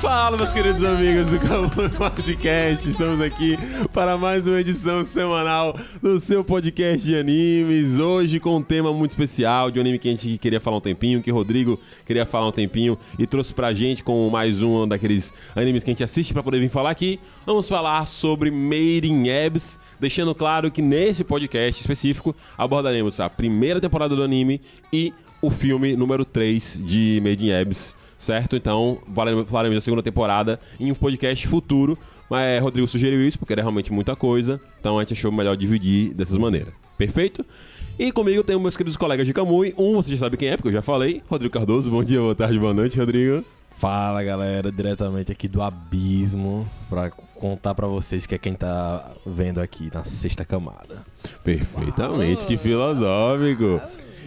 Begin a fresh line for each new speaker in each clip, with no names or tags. Fala, meus queridos amigos do Camões Podcast. Estamos aqui para mais uma edição semanal do seu podcast de animes. Hoje com um tema muito especial de um anime que a gente queria falar um tempinho, que Rodrigo queria falar um tempinho e trouxe pra gente com mais um daqueles animes que a gente assiste pra poder vir falar aqui. Vamos falar sobre Made in Abyss, deixando claro que nesse podcast específico abordaremos a primeira temporada do anime e o filme número 3 de Made in Abyss, certo? Então, vale- falaremos da segunda temporada em um podcast futuro. Mas é, Rodrigo sugeriu isso porque era realmente muita coisa, então a gente achou melhor dividir dessas maneiras. Perfeito? E comigo tenho meus queridos colegas de Camui. Um você já sabe quem é, porque eu já falei. Rodrigo Cardoso, bom dia, boa tarde, boa noite, Rodrigo.
Fala galera, diretamente aqui do abismo pra contar pra vocês que é quem tá vendo aqui na sexta camada.
Perfeitamente, que filosófico.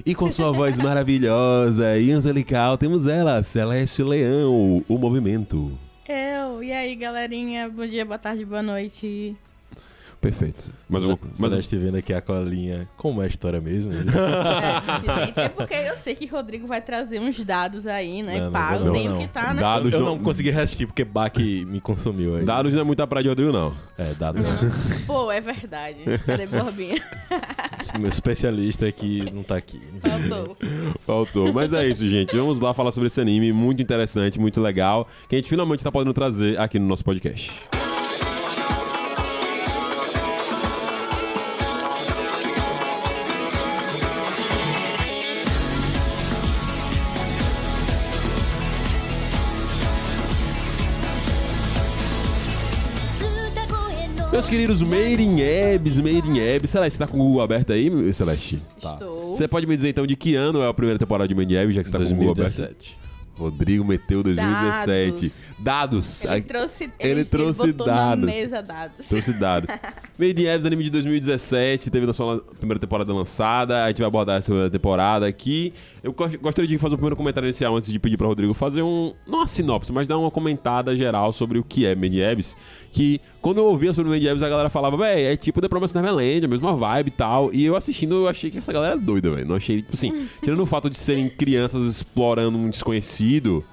E com sua voz maravilhosa e angelical, temos ela, Celeste Leão, o movimento.
Eu, e aí galerinha, bom dia, boa tarde, boa noite.
Perfeito. Mais uma coisa.
Mas nós te tá vendo aqui a colinha, como é a história mesmo?
É, gente, é porque eu sei que Rodrigo vai trazer uns dados aí, né?
Não, não
Pá,
vou
eu
não,
tenho
não.
que tá, né?
Dados
eu
não-
não consegui resistir porque Bach me consumiu aí.
Dados não é muita praia de Rodrigo, não.
É, dado. né?
Pô, é verdade. Cadê Borbinha?
Esse meu especialista aqui não tá aqui.
Faltou.
Faltou. Mas é isso, gente. Vamos lá falar sobre esse anime muito interessante, muito legal, que a gente finalmente tá podendo trazer aqui no nosso podcast. Meus queridos Made in Abyss, Made in Abyss. Celeste, tá com o Google aberto aí, Celeste? Tá.
Estou.
Você pode me dizer então de que ano é a primeira temporada de Made in Abyss, já que você tá com o Google aberto?
2017.
Rodrigo meteu 2017. Dados.
Ele
Ai,
trouxe, ele,
ele trouxe
ele botou
dados.
na mesa dados.
Trouxe dados. Made in Abyss, anime de 2017, teve na sua la- primeira temporada lançada. A gente vai abordar essa segunda temporada aqui. Eu gos- gostaria de fazer o primeiro comentário inicial antes de pedir para Rodrigo fazer um. Não uma sinopse, mas dar uma comentada geral sobre o que é Made in Abyss. Que quando eu ouvia sobre Made in Abyss, a galera falava, véi, é tipo The Promised Neverland, a mesma vibe e tal. E eu assistindo, eu achei que essa galera é doida, velho. Não achei, tipo assim, tirando o fato de serem crianças explorando um desconhecido.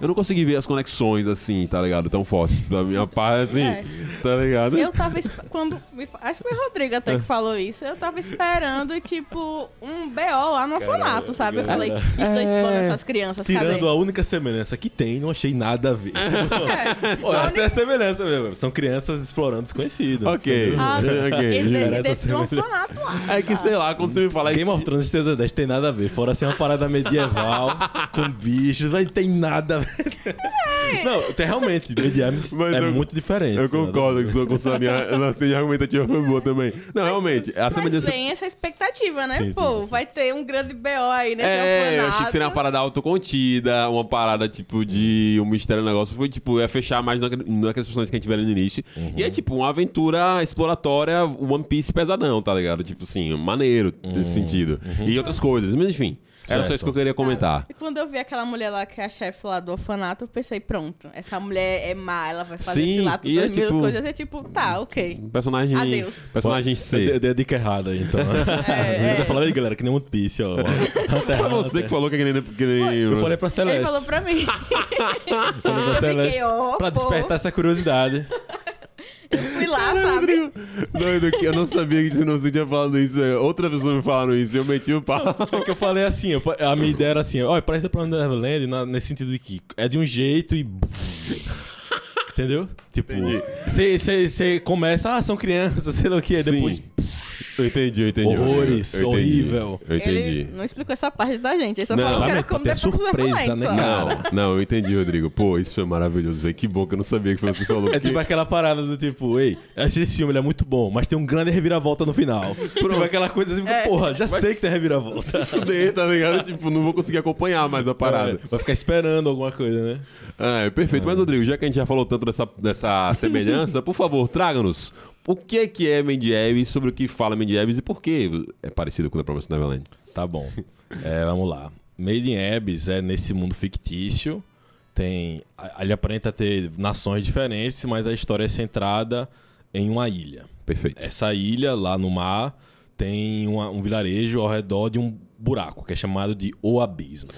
Eu não consegui ver as conexões assim, tá ligado? Tão fortes. Da minha parte, assim,
É.
tá ligado?
Eu tava. esp- Quando. me fa- Acho que foi o Rodrigo até que falou isso. Eu tava esperando, tipo, um BO lá no orfanato, sabe? Eu falei, estou expondo essas crianças, cadê?
É. Tirando a única semelhança que tem, não achei nada a ver. Olha, essa é a semelhança mesmo. São crianças explorando desconhecido.
Ok.
Ah,
ok.
Ele
justo.
deve
Essa
ter um
semelhança.
orfanato lá.
É que sei lá, quando você me fala
Game
que-
of Thrones e Tesouro 10 tem nada a ver. Fora ser uma parada medieval, com bichos, não tem nada a ver.
É.
Não, tem realmente, medievos
Mas
é
eu-
muito diferente.
Eu concordo que sua, com sua linha, nossa linha argumentativa foi boa também. Não, realmente, a
Mas
semelhança.
vem essa expectativa, né?
Sim, sim,
Pô,
sim, sim.
vai ter um grande BO aí, né?
É, eu achei que seria uma parada autocontida, uma parada tipo de um mistério, um negócio. Foi tipo, ia fechar mais naquele- naquelas questões que a gente tiveram no início.
Uhum.
E é tipo uma aventura exploratória One Piece pesadão, tá ligado? Tipo assim, maneiro nesse sentido. E outras coisas, mas enfim, era só
Uhum. Certo.
isso que eu queria comentar.
E quando eu vi aquela mulher lá que é a chefe lá do orfanato, eu pensei, pronto, essa mulher é má, ela vai fazer
Sim,
esse lato
e é
das mil
tipo-
coisas. É tipo, tá, ok.
Personagem.
Adeus.
Personagem
Eu dei-
C.
Eu dei a dica errada, então.
É,
Eu
é.
tô falando aí, galera, que nem One Piece, ó.
Foi
né?
você que falou que nem. Que nem
Eu falei pra Celeste.
é
Ele falou pra mim.
falei pra
fiquei,
Celeste
ó,
pra
pô.
despertar essa curiosidade.
Fui lá,
Caralho,
sabe?
Rodrigo. Doido, que eu não sabia que não tinha falado isso. é, Outra pessoa me falaram isso e eu meti o pau.
É que eu falei assim, eu- a minha ideia era assim, olha, parece The Promised Neverland na- nesse sentido de que é de um jeito e... Entendeu? Tipo, você começa, ah, são crianças, sei lá o que, aí depois...
Sim. Eu entendi, eu entendi.
Horrores,
eu entendi.
horrível.
Eu entendi.
Ele não explicou essa parte da gente. Ele só
Não.
falou que era
Sabe,
como
até
depois dos
surpresa,
orfanatos,
né,
ó.
cara?
Não, não, eu entendi, Rodrigo. Pô, isso foi maravilhoso. velho. Que bom que eu não sabia que foi você que falou.
É tipo aquela parada do tipo, ei, achei esse filme, ele é muito bom, mas tem um grande reviravolta no final. Tipo aquela coisa assim, porra, já sei que tem reviravolta.
Fudei, tá ligado? Tipo, não vou conseguir acompanhar mais a parada.
É, vai ficar esperando alguma coisa, né?
Ah, é perfeito. Mas, Rodrigo, já que a gente já falou tanto dessa, dessa semelhança, por favor, traga-nos o que é que é Mendieves, sobre o que fala Mendieves e por que é parecido com o da Promised Neverland.
Tá bom. É, vamos lá. Made in Abyss é nesse mundo fictício. Tem, a- ele aparenta ter nações diferentes, mas a história é centrada em uma ilha.
Perfeito.
Essa ilha, lá no mar, tem uma- um vilarejo ao redor de um buraco, que é chamado de O Abismo.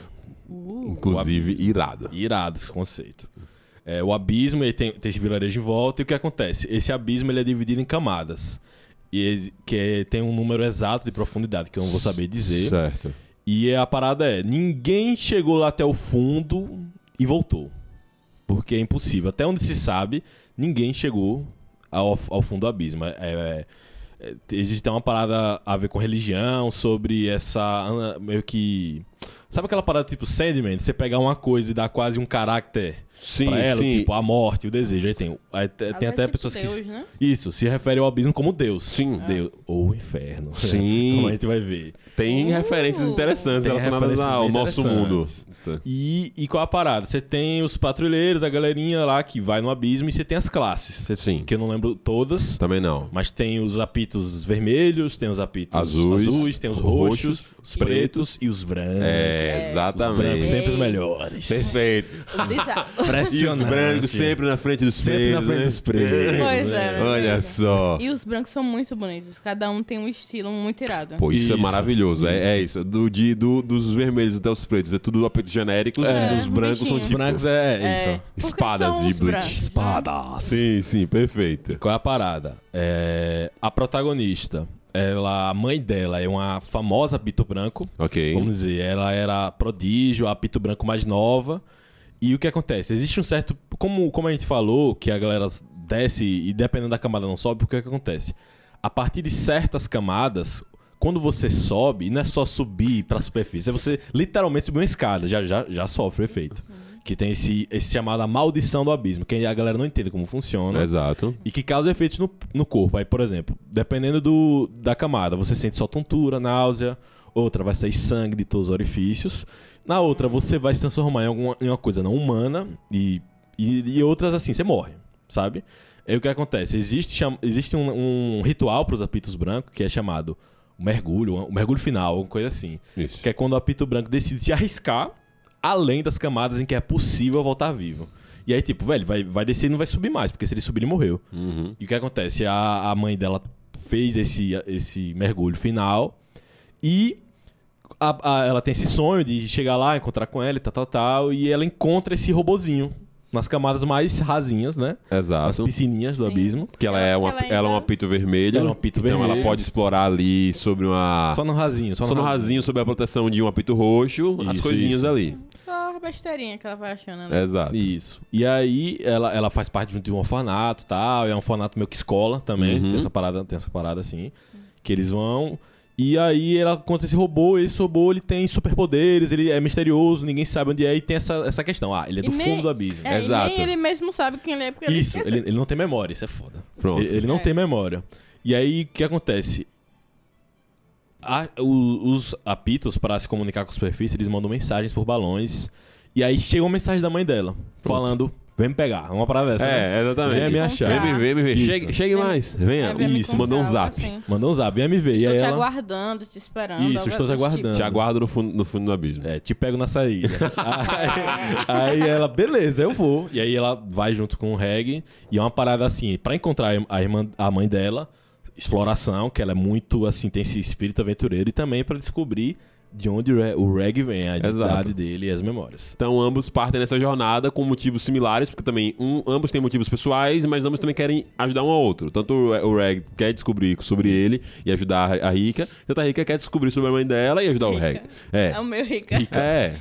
Inclusive, irado.
Irado esse conceito. é, o abismo, ele tem, tem esse vilarejo em volta, e o que acontece? Esse abismo ele é dividido em camadas. E ele- que tem um número exato de profundidade, que eu não vou saber dizer.
Certo.
E a parada é, ninguém chegou lá até o fundo e voltou. Porque é impossível. Até onde se sabe, ninguém chegou ao, ao fundo do abismo. É- é- é- existe até uma parada a ver com religião, sobre essa. ah, meio que. Sabe aquela parada tipo Sandman? de Você pegar uma coisa e dar quase um caráter
Sim,
pra ela,
sim.
tipo a morte, o desejo. Aí tem, aí te- tem
é
até
tipo
pessoas que.
Deus, né?
Isso, se refere ao abismo como Deus.
Sim.
Deus, ou inferno.
Sim.
Como a gente vai ver.
Tem
Uh!
referências interessantes
Hum, Tem
relacionadas
referências
ao
bem
nosso mundo. Tá.
E, e qual a parada? Você tem os patrulheiros, a galerinha lá que vai no abismo e você tem as classes. Você-
Sim. Tá.
Que eu não lembro todas.
Também não.
Mas tem os apitos vermelhos, tem os apitos
Azuis,
tem os
roxos,
roxos, os pretos e os brancos.
É,
Os brancos
exatamente.
sempre os melhores.
Perfeito.
Bizarro.
E os
Impressionante.
brancos sempre na frente dos
Sempre
pretos,
na frente
né?
dos pretos.
Pois é.
Olha só.
E os brancos são muito bonitos. Cada um tem um estilo muito irado.
Pô, isso, é
Isso,
maravilhoso. É, é isso. Do, de, do- dos vermelhos até os pretos. É tudo apetos genéricos.
É.
e dos brancos são
Bonitinho.
Os
tipo.
brancos é, é isso.
É, porque
espadas
são
de
os
Bleach.
brancos, né?
Espadas.
Sim, sim, perfeito.
Qual é a parada? É, a protagonista, ela, a mãe dela é uma famosa apito branco.
Ok.
Vamos dizer, ela era prodígio, a apito branco mais nova. E o que acontece? Existe um certo. Como, como a gente falou, que a galera desce e dependendo da camada não sobe, o que, que acontece? A partir de certas camadas, quando você sobe, não é só subir pra superfície, é você literalmente subir uma escada, já, já, já sofre o efeito.
Uhum.
Que tem esse, esse chamado a maldição do abismo, que a galera não entende como funciona.
Exato.
E que causa efeitos no, no corpo. Aí, por exemplo, dependendo do, da camada, você sente só tontura, náusea. Outra vai sair sangue de todos os orifícios. Na outra, você vai se transformar em, alguma, em uma coisa não humana. E, e, e outras, assim, você morre, sabe? Aí o que acontece? Existe, cham- existe um, um ritual para os apitos brancos que é chamado mergulho, o mergulho final, alguma coisa assim.
Isso.
Que é quando o apito branco decide se arriscar além das camadas em que é possível voltar vivo. E aí, tipo, velho, vai, vai descer e não vai subir mais, porque se ele subir, ele morreu. E o que acontece? A, a mãe dela fez esse, esse mergulho final e a- a- ela tem esse sonho de chegar lá, encontrar com ela e tal, tal, tal. E ela encontra esse robozinho nas camadas mais rasinhas, né? Nas
Exato.
piscininhas do
Sim.
abismo.
Que ela é,
Ela-
uma,
que ela
ela é um
ainda-
apito vermelho.
Ela é um apito
então ela
vermelho.
pode explorar ali sobre uma.
Só no rasinho, só,
Ah. Só no rasinho, sobre a proteção de um apito roxo, as
um Isso,
coisinhas
isso.
ali.
Só a besteirinha que ela vai achando, né?
Exato.
Isso. E aí ela, ela faz parte junto de um orfanato e tal. É um orfanato meio que escola também.
Uhum.
Tem essa parada, tem essa parada assim. Que eles vão. E aí ela conta esse robô, e esse robô ele tem superpoderes, ele é misterioso, ninguém sabe onde é, e tem essa, essa questão. Ah, ele é
E
do
nem-
fundo do abismo.
É, e
Exato.
nem ele mesmo sabe quem ele é, porque
Isso,
ele
ele, ele não tem memória, isso é foda.
Pronto.
Ele, ele não
É.
tem memória. E aí, o que acontece? A- o- os apitos, para se comunicar com a superfície, eles mandam mensagens por balões. E aí chega uma mensagem da mãe dela, falando: vem me pegar. É uma parada dessa. né?
É, exatamente.
Vem me achar.
Vem me ver, vem me ver.
Isso.
Chegue, chegue
Vem-
mais. Venha.
é, vem me
Isso.
contar
Mandou um
algo
zap.
assim.
Mandou um zap, vem me ver. e
Estou
aí
te
ela
aguardando, te esperando.
Isso, estou
algo
te
desse tipo.
aguardando.
Te aguardo no fundo, no fundo do abismo.
é, te pego na saída. aí, aí ela, beleza, eu vou. E aí ela vai junto com o Reg. E é uma parada assim, pra encontrar a, irmã, a mãe dela, exploração, que ela é muito assim, tem esse espírito aventureiro, e também pra descobrir de onde o Re- o Reg vem, a identidade
Exato.
dele e as memórias.
Então ambos partem nessa jornada com motivos similares, porque também um, ambos têm motivos pessoais, mas ambos também querem ajudar um ao outro. Tanto o Re- o Reg quer descobrir sobre ele e ajudar a Rika, tanto a Rika quer descobrir sobre a mãe dela e ajudar o
Rica.
Reg. É.
É o meu Rica.
É.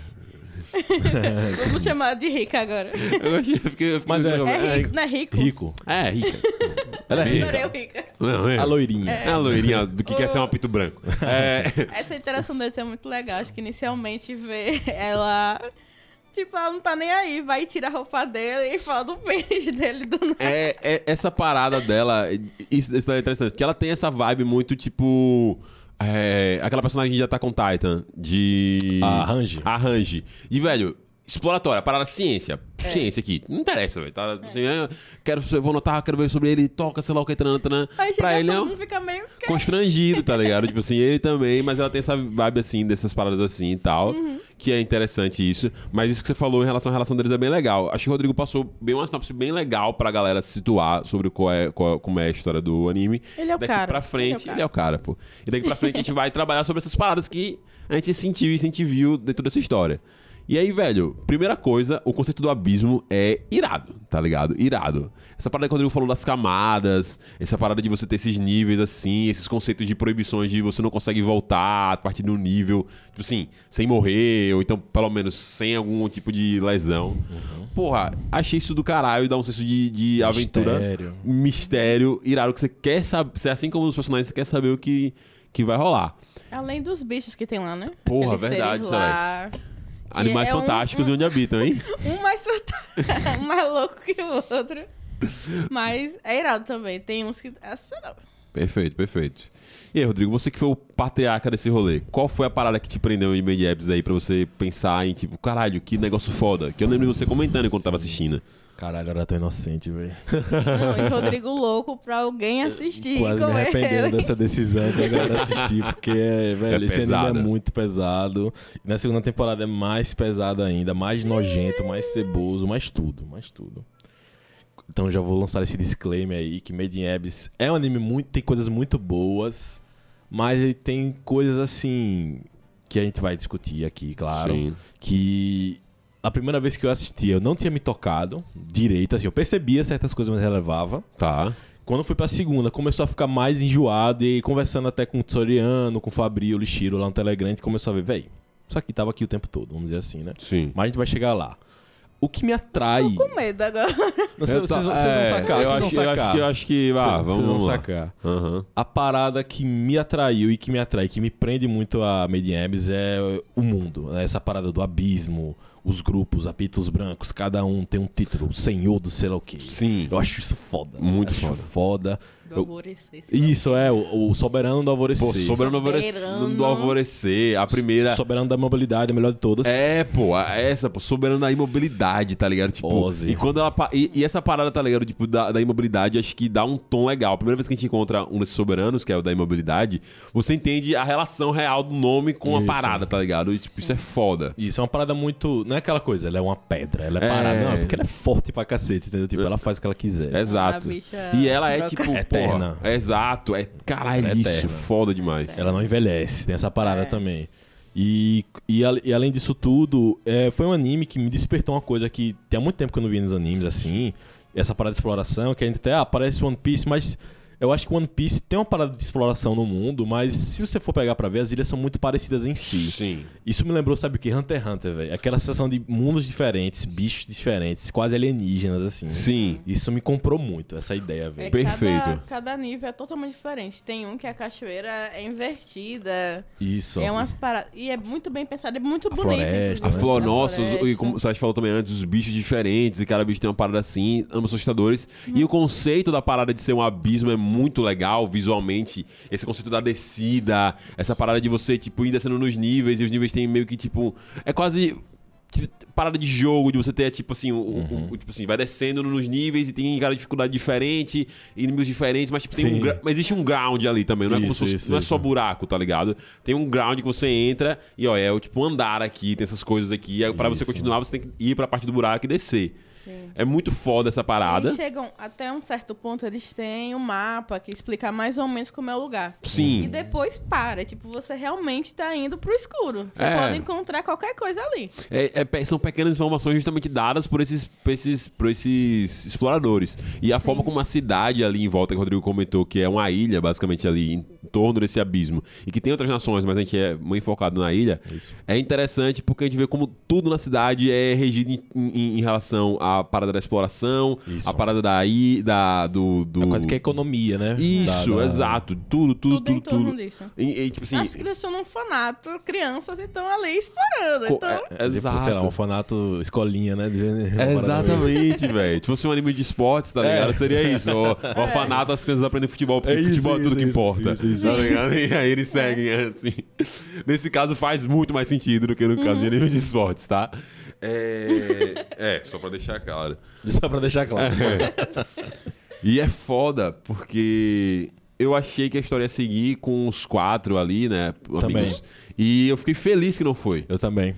Vamos chamar de Rica agora.
Eu achei, eu fiquei, eu fiquei
Mas é-
muito-
É rico, não é rico?
Rico.
É, Rika.
Ela é
Adorei o
rica.
Rica.
Não, é.
A loirinha.
É a loirinha do que quer ser um apito branco. É.
Essa interação deles é muito legal. Acho que inicialmente vê ela. Tipo, ela não tá nem aí. Vai tirar a roupa dele e fala do peixe dele do nada.
É, é- essa parada dela, isso, isso é interessante, que ela tem essa vibe muito tipo. é, aquela personagem de Attack on Titan, de.
A Range.
A Range. E, velho, exploratória, parada ciência.
É.
Ciência aqui. Não interessa, velho. Tá, assim, é, quero, eu vou anotar, quero ver sobre ele, toca, sei lá o que, tanana, tanana.
Aí chega
Pra ele é
todo
um
mundo fica meio. "Quê?"
constrangido, tá ligado? tipo assim, ele também, mas ela tem essa vibe assim, dessas paradas assim e tal.
Uhum.
Que é interessante isso. Mas isso que você falou em relação à relação deles é bem legal. Acho que o Rodrigo passou bem uma sinopse bem legal pra galera se situar sobre qual é, qual- como é a história do anime.
Ele é o
daqui
cara.
pra frente,
Ele é o
ele é o cara, pô. E daqui pra frente a gente vai trabalhar sobre essas paradas que a gente sentiu e a gente viu dentro dessa história. E aí, velho, primeira coisa, o conceito do abismo é irado, tá ligado? Irado. Essa parada que o Rodrigo falou das camadas, essa parada de você ter esses níveis assim, esses conceitos de proibições de você não consegue voltar a partir de um nível, tipo assim, sem morrer, ou então pelo menos sem algum tipo de lesão. Porra, achei isso do caralho, dá um senso de, de aventura.
Mistério.
Mistério, irado, que você quer saber, você é assim como os personagens, você quer saber o que, que vai rolar.
Além dos bichos que tem lá, né?
Porra,
Aqueles
verdade,
seres lá.
Animais
é um-
fantásticos e onde habitam, hein?
Um mais, surta- um mais louco que o outro. Mas é irado também. Tem uns que. Ah, sei lá.
Perfeito, perfeito. E aí, Rodrigo, você que foi o patriarca desse rolê, qual foi a parada que te prendeu em Made Apps aí pra você pensar em, tipo, caralho, que negócio foda? Que eu lembro de você comentando enquanto tava assistindo.
Caralho, eu era tão inocente, velho.
Não, e Rodrigo louco pra alguém assistir.
Quase me
com
arrependendo
ele.
dessa decisão de agora assistir, porque, velho,
É
esse anime
pesado.
é muito pesado. E na segunda temporada é mais pesado ainda, mais nojento, mais ceboso, mais tudo, mais tudo. Então já vou lançar esse disclaimer aí, que Made in Abyss é um anime muito... tem coisas muito boas, mas ele tem coisas, assim, que a gente vai discutir aqui, claro.
Sim.
Que a primeira vez que eu assisti, eu não tinha me tocado direito, assim, eu percebia certas coisas, mas relevava.
Tá.
Quando eu fui pra segunda, começou a ficar mais enjoado e aí conversando até com o Tsoriano, com o Fabrício, o Lixiro lá no Telegram, a gente começou a ver, véi, isso aqui tava aqui o tempo todo, vamos dizer assim, né?
Sim.
Mas a gente vai chegar lá. O que me atrai.
Com medo agora.
Não, Vocês, vocês vão- vocês vão
É,
sacar,
eu
vocês vão
acho, eu acho
sacar.
que, eu acho que, vá, vamos,
Vocês- vocês vão
vamos lá.
sacar.
Aham.
A parada que me atraiu e que me atrai, que me prende muito a Made in Abyss é o mundo. né? Essa parada do abismo, os grupos, apitos brancos, cada um tem um título, o senhor do sei lá o quê.
Sim.
Eu acho isso foda.
Muito
acho
foda.
foda.
Do
Eu-
alvorecer, sei lá.
Isso, é, o, o soberano do alvorecer.
Pô, soberano do alvorecer,
Soberano.
do alvorecer, a primeira...
Soberano da mobilidade, a melhor de todas.
É, pô, a- essa, pô, soberano da imobilidade, tá ligado? Tipo,
Pose.
e quando ela. pa- E, e essa parada, tá ligado? Tipo, da, da imobilidade, acho que dá um tom legal. A primeira vez que a gente encontra um desses soberanos, que é o da imobilidade, você entende a relação real do nome com a
Isso.
parada, tá ligado? E, tipo, isso é foda.
Isso é uma parada muito. Não é aquela coisa, ela é uma pedra, ela é,
É.
parada. Não, é porque ela é forte pra cacete, entendeu? Tipo, ela faz o que ela quiser.
Exato.
A Ah, bicha
E ela é,
broca-
tipo, porra,
Eterna.
exato. É, caralho,
Ela é
isso,
eterna.
foda demais.
Ela não envelhece, tem essa
É.
parada também. E, e, al- e além disso tudo, é, foi um anime que me despertou uma coisa que tem há muito tempo que eu não via nos animes assim. Essa parada de exploração, que a gente até ah, parece One Piece, mas eu acho que One Piece tem uma parada de exploração no mundo, mas se você for pegar pra ver, as ilhas são muito parecidas em si.
Sim.
Isso me lembrou, sabe o que? Hunter x Hunter, velho. Aquela sensação de mundos diferentes, bichos diferentes, quase alienígenas, assim.
Sim.
Isso me comprou muito, essa ideia,
É,
velho.
Perfeito.
Cada, cada nível é totalmente diferente. Tem um que a cachoeira é invertida.
Isso.
É umas paradas. E é muito bem pensado, é muito bonito.
floresta,
A
né?
inclusive.
flor,
A
nossa, os- e
floresta.
como o Sérgio falou também antes, os bichos diferentes, e cada bicho tem uma parada assim, ambos assustadores. E o conceito da parada de ser um abismo é muito legal, visualmente. Esse conceito da descida, essa parada de você, tipo, ir descendo nos níveis, e os níveis tem meio que, tipo. É quase. t- Parada de jogo, de você ter, tipo assim, o, o-
Uhum.
o- tipo assim, vai descendo nos níveis e tem cada dificuldade diferente, inimigos diferentes, mas tipo, tem um
Sim.
gra- mas existe um ground ali também, não é, como
Isso,
se fosse-
isso,
não é
isso.
só buraco, tá ligado? Tem um ground que você entra e, ó, é o tipo um andar aqui, tem essas coisas aqui. E aí, pra você
Isso.
continuar, você tem que ir pra parte do buraco e descer.
Sim.
É muito foda essa parada.
Eles chegam até um certo ponto, eles têm um mapa que explica mais ou menos como é o lugar. E
Sim.
depois para, tipo, você realmente tá indo pro escuro. Você
É.
pode encontrar qualquer coisa ali.
É- é pe- são pequenas informações justamente dadas por esses, por esses, por esses exploradores. E a forma como a cidade ali em volta, que o Rodrigo comentou, que é uma ilha, basicamente, ali em torno desse abismo, e que tem outras nações, mas a gente é muito focado na ilha, é interessante porque a gente vê como tudo na cidade é regido em, em- em relação à parada da exploração,
Isso.
a parada da, i- da do, do...
É quase que a economia, né?
Isso,
Da- da-
exato. Tudo, tudo,
Tudo,
tudo,
em torno
tudo.
disso.
E, e, tipo assim,
As crianças estão num fanato, crianças estão ali explorando.
co-
então,
é-
Tipo,
exato.
sei lá, um orfanato escolinha, né? de-
É,
uma parada meio-
exatamente, velho. Se fosse um anime de esportes, tá ligado? Seria isso. O,
É.
o orfanato, as crianças aprendem futebol, porque
É isso,
futebol é tudo
isso,
que
isso,
importa.
isso, isso.
Tá ligado? E aí eles seguem assim. Nesse caso faz muito mais sentido do que no caso de
Uhum.
anime de esportes, tá? É, é só pra deixar claro.
Só pra deixar claro.
E é foda, porque eu achei que a história ia seguir com os quatro ali, né?
Também.
Amigos. E eu fiquei feliz que não foi.
Eu também.